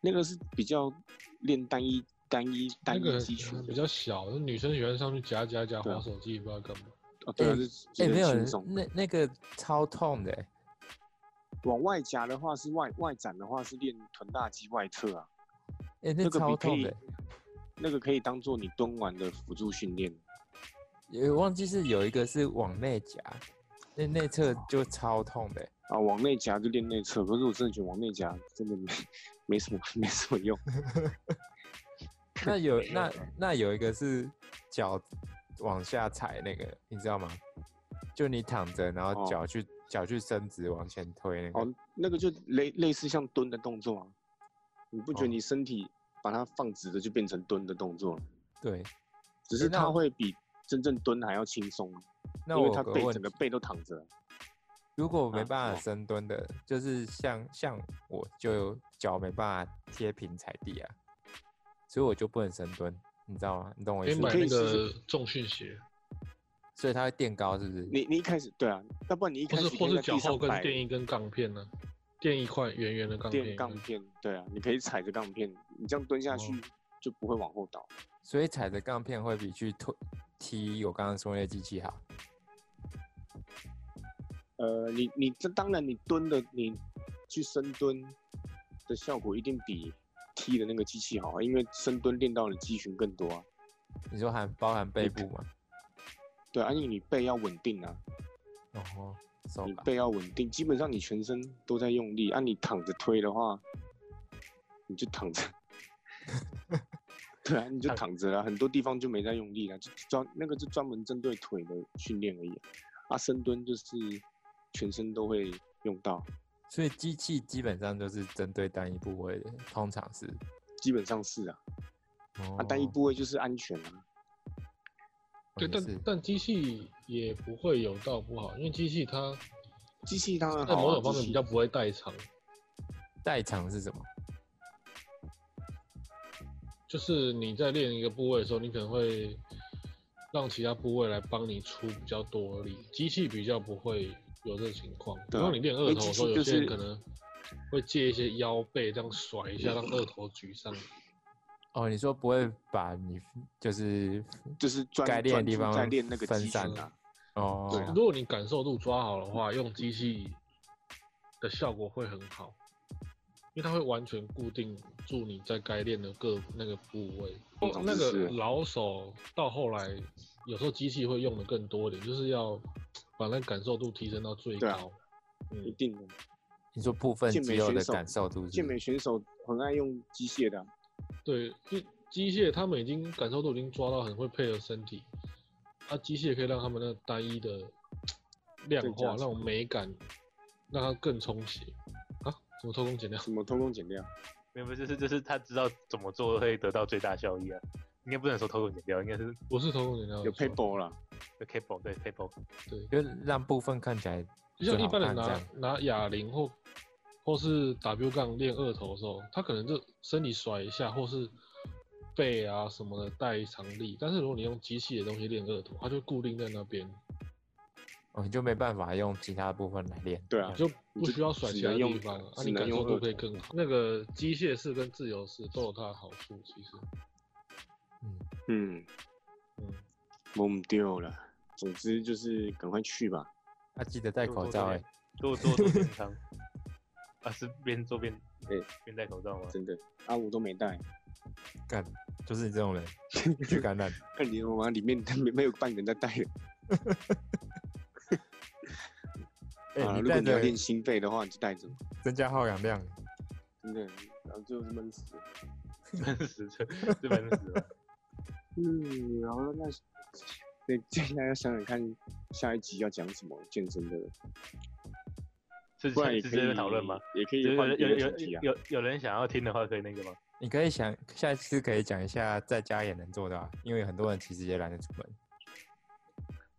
Speaker 1: 那个是比较练单一单一单
Speaker 4: 那
Speaker 1: 一
Speaker 4: 个
Speaker 1: 肌群
Speaker 4: 比
Speaker 1: 的。
Speaker 4: 较小，那女生喜欢上去夹夹夹
Speaker 1: 对啊
Speaker 4: 滑手机，也不知道干嘛。
Speaker 1: 哦，对啊，
Speaker 2: 哎
Speaker 1: 是
Speaker 2: 哎、
Speaker 1: 是
Speaker 2: 没有
Speaker 1: 轻
Speaker 2: 人
Speaker 1: 松的。
Speaker 2: 那那个超痛的、欸，
Speaker 1: 往外夹的话是外外展的话是练臀大肌外侧啊，
Speaker 2: 哎、那
Speaker 1: 那个
Speaker 2: 超
Speaker 1: 比可
Speaker 2: 痛的
Speaker 1: 以
Speaker 2: 欸、
Speaker 1: 那个可以当做你蹲完的辅助训练。
Speaker 2: 也忘记是有一个是往内夹，那内侧就超痛 的欸、
Speaker 1: 啊，往内夹就练内侧，可是我真的觉得往内夹真的没没什么没什么用。
Speaker 2: 那有那那有一个是脚往下踩那个，你知道吗？就你躺着，然后
Speaker 1: 哦
Speaker 2: 脚去脚、去伸直往前推那个。
Speaker 1: 哦，那个就类类似像蹲的动作啊，你不觉得
Speaker 2: 哦
Speaker 1: 你身体把它放直的就变成蹲的动作了？
Speaker 2: 对，
Speaker 1: 只是
Speaker 2: 诶那
Speaker 1: 它会比真正蹲还要轻松啊，
Speaker 2: 那
Speaker 1: 因为
Speaker 2: 我有
Speaker 1: 它
Speaker 2: 个
Speaker 1: 背
Speaker 2: 问
Speaker 1: 整个
Speaker 2: 题
Speaker 1: 背都躺着啊。
Speaker 2: 如果我没
Speaker 1: 啊
Speaker 2: 办法
Speaker 1: 哦
Speaker 2: 深蹲的，就是像像我就脚没办法贴平踩地啊，所以我就不能深蹲，你知道吗？你懂我
Speaker 4: 可
Speaker 2: 意
Speaker 4: 以
Speaker 2: 思
Speaker 4: 买
Speaker 2: 吗？
Speaker 1: 可以
Speaker 4: 那
Speaker 1: 试
Speaker 4: 个
Speaker 1: 试
Speaker 4: 重训鞋，
Speaker 2: 所以它会垫高，是不是？
Speaker 1: 你你一开始对啊，要不然你一开
Speaker 4: 或是
Speaker 1: 始可
Speaker 4: 或
Speaker 1: 以
Speaker 4: 是
Speaker 1: 在
Speaker 4: 脚
Speaker 1: 地
Speaker 4: 后
Speaker 1: 上
Speaker 4: 跟
Speaker 1: 摆
Speaker 4: 垫一根杠片呢、垫一块圆圆的杠片
Speaker 1: 垫。杠片，对啊，你可以踩着杠片，你这样蹲下去
Speaker 4: 哦
Speaker 1: 就不会往后倒。
Speaker 2: 所以踩着杠片会比去推踢我刚刚说那机器好。
Speaker 1: 呃，你你这当然你蹲的你去深蹲的效果一定比踢的那个机器好啊，因为深蹲练到的肌群更多啊。
Speaker 2: 你说含包含背部吗？
Speaker 1: 对啊，因为你背要稳定啊，
Speaker 2: 哦，手
Speaker 1: 你
Speaker 2: 吧。
Speaker 1: 嗯背要稳定，基本上你全身都在用力。啊，你躺着推的话，你就躺着。对啊，你就躺着了，很多地方就没在用力了，就专那个就专门针对腿的训练而已啊。啊，深蹲就是全身都会用到，
Speaker 2: 所以机器基本上就是针对单一部位的，通常是。
Speaker 1: 基本上是啊。
Speaker 2: 哦
Speaker 1: 啊，单一部位就是安全啊。
Speaker 2: 哦
Speaker 4: 对，
Speaker 2: 也是
Speaker 4: 但但机器也不会有到不好，因为机器它
Speaker 1: 机器当然
Speaker 4: 在
Speaker 1: 好、啊，
Speaker 4: 某种方面
Speaker 1: 机器
Speaker 4: 比较不会代偿，
Speaker 2: 代偿是什么？
Speaker 4: 就是你在练一个部位的时候，你可能会让其他部位来帮你出比较多的力，机器比较不会有这个情况。
Speaker 1: 对啊
Speaker 4: 如果你练二头的时候，
Speaker 1: 因为
Speaker 4: 有
Speaker 1: 机器
Speaker 4: 些人
Speaker 1: 就
Speaker 4: 可
Speaker 1: 是
Speaker 4: 能会借一些腰背这样甩一下，让二头举上。
Speaker 2: 哦，你说不会把你就是
Speaker 1: 就是专
Speaker 2: 该练的地方
Speaker 1: 专注在练那个
Speaker 2: 分
Speaker 1: 肌群
Speaker 2: 散
Speaker 1: 啊。
Speaker 2: 哦，
Speaker 1: 对啊
Speaker 4: 如果你感受度抓好的话，用机器的效果会很好，因为它会完全固定住你在该练的各那个部位。
Speaker 1: 通常
Speaker 4: 那
Speaker 1: 哦是
Speaker 4: 个老手到后来，有时候机器会用的更多一点，就是要把那感受度提升到最
Speaker 1: 对
Speaker 4: 高。
Speaker 1: 啊一
Speaker 4: 嗯，
Speaker 1: 定的。
Speaker 2: 你说部分
Speaker 1: 健美
Speaker 2: 肌肉的
Speaker 1: 选手
Speaker 2: 感受度是不是，
Speaker 1: 健美选手很爱用机械的啊、
Speaker 4: 对，因为机械他们已经感受度已经抓到很会配合身体，啊，机械可以让他们那个单一的量
Speaker 1: 更加
Speaker 4: 化，那种美感，让它更充血。啊，怎么偷工减料？
Speaker 1: 什么偷工减料，
Speaker 3: 没有，不是，就是就是他知道怎么做会得到最大效益啊。应该不能说偷工减料，应该是
Speaker 4: 不是偷工减料，
Speaker 1: 有
Speaker 4: 是吧
Speaker 1: paper 啦，
Speaker 3: capable 对 capable。
Speaker 4: 对，
Speaker 2: 就是让部分看起来
Speaker 4: 就像
Speaker 2: 最
Speaker 4: 一
Speaker 2: 好
Speaker 4: 般人啊
Speaker 2: 看
Speaker 4: 拿
Speaker 2: 这样
Speaker 4: 拿哑铃或或是 W 杠练二头的时候，他可能就身体甩一下，或是背啊什么的带长力。但是如果你用机器的东西练二头，它就固定在那边，
Speaker 2: 哦，你就没办法用其他部分来练。
Speaker 1: 对啊
Speaker 4: 你就不需要甩
Speaker 1: 只
Speaker 4: 其他
Speaker 1: 能用
Speaker 4: 地方了，啊，
Speaker 1: 只
Speaker 4: 你
Speaker 1: 能
Speaker 4: 感
Speaker 1: 用
Speaker 4: 受度
Speaker 1: 二
Speaker 4: 可以
Speaker 1: 头
Speaker 4: 更好。那个机械式跟自由式都有它的好处，其实，
Speaker 2: 嗯，
Speaker 1: 嗯，
Speaker 4: 嗯，
Speaker 1: 懵掉了。总之就是赶快去吧，
Speaker 2: 那、记得戴
Speaker 3: 多
Speaker 2: 口
Speaker 3: 多锻
Speaker 2: 罩哎、
Speaker 3: 炼多多多健康。 啊，是边做边
Speaker 1: 对
Speaker 3: 边戴口罩吗？
Speaker 1: 真的。啊，我都没带，
Speaker 2: 干，就是你这 种人去感染。
Speaker 1: 看你我里面 没没有半个人在带的。
Speaker 2: 哎、
Speaker 1: 啊，
Speaker 2: 你
Speaker 1: 如果
Speaker 2: 带
Speaker 1: 你要
Speaker 2: 着
Speaker 1: 练心肺的话，你就带着，
Speaker 2: 增加耗氧量，
Speaker 1: 真的，然后就是闷死。
Speaker 3: 闷死这这闷死了。
Speaker 1: 嗯，然后那 那接下来要想想看下一集要讲什么健身的，
Speaker 3: 是
Speaker 1: 不然也
Speaker 3: 是
Speaker 1: 可
Speaker 3: 直接
Speaker 1: 以
Speaker 3: 讨论吗？？
Speaker 1: 也可
Speaker 3: 有
Speaker 1: 以换
Speaker 3: 有
Speaker 1: 别
Speaker 3: 有
Speaker 1: 的
Speaker 3: 有
Speaker 1: 主题啊。
Speaker 3: 有有人想要听的话，可以那个吗？
Speaker 2: 你可以想下次可以讲一下在家也能做到、啊，因为很多人其实也懒得出门。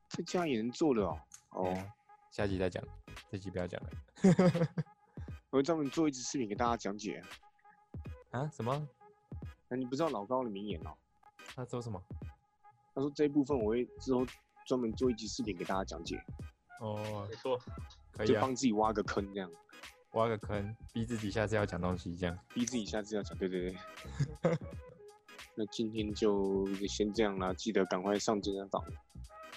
Speaker 1: 在家也能做的哦。
Speaker 2: 哎
Speaker 1: 哦，
Speaker 2: 呀，下集再讲，这集不要讲了。
Speaker 1: 我会专门做一支视频给大家讲解。
Speaker 2: 啊？什么？
Speaker 1: 那你不知道老高的名言哦？
Speaker 2: 他说什么？
Speaker 1: 他说这一部分我会之后专门做一集视频给大家讲解，
Speaker 2: 哦
Speaker 3: 没，错，
Speaker 2: 可以
Speaker 1: 就
Speaker 2: 啊，
Speaker 1: 帮自己挖个坑这样，
Speaker 2: 挖个坑，逼自己下次要讲东西，这样。
Speaker 1: 逼自己下次要讲。对对对。 那今天就先这样啦，记得赶快上健身房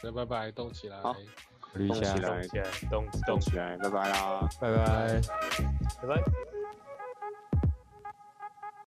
Speaker 4: 那拜拜，动起来。
Speaker 1: 好
Speaker 2: 考虑一
Speaker 1: 动起
Speaker 2: 下，
Speaker 1: 来
Speaker 3: 动起来，动
Speaker 1: 动
Speaker 3: 动，
Speaker 1: 起来，拜拜啦。
Speaker 2: 拜拜。
Speaker 3: 拜拜。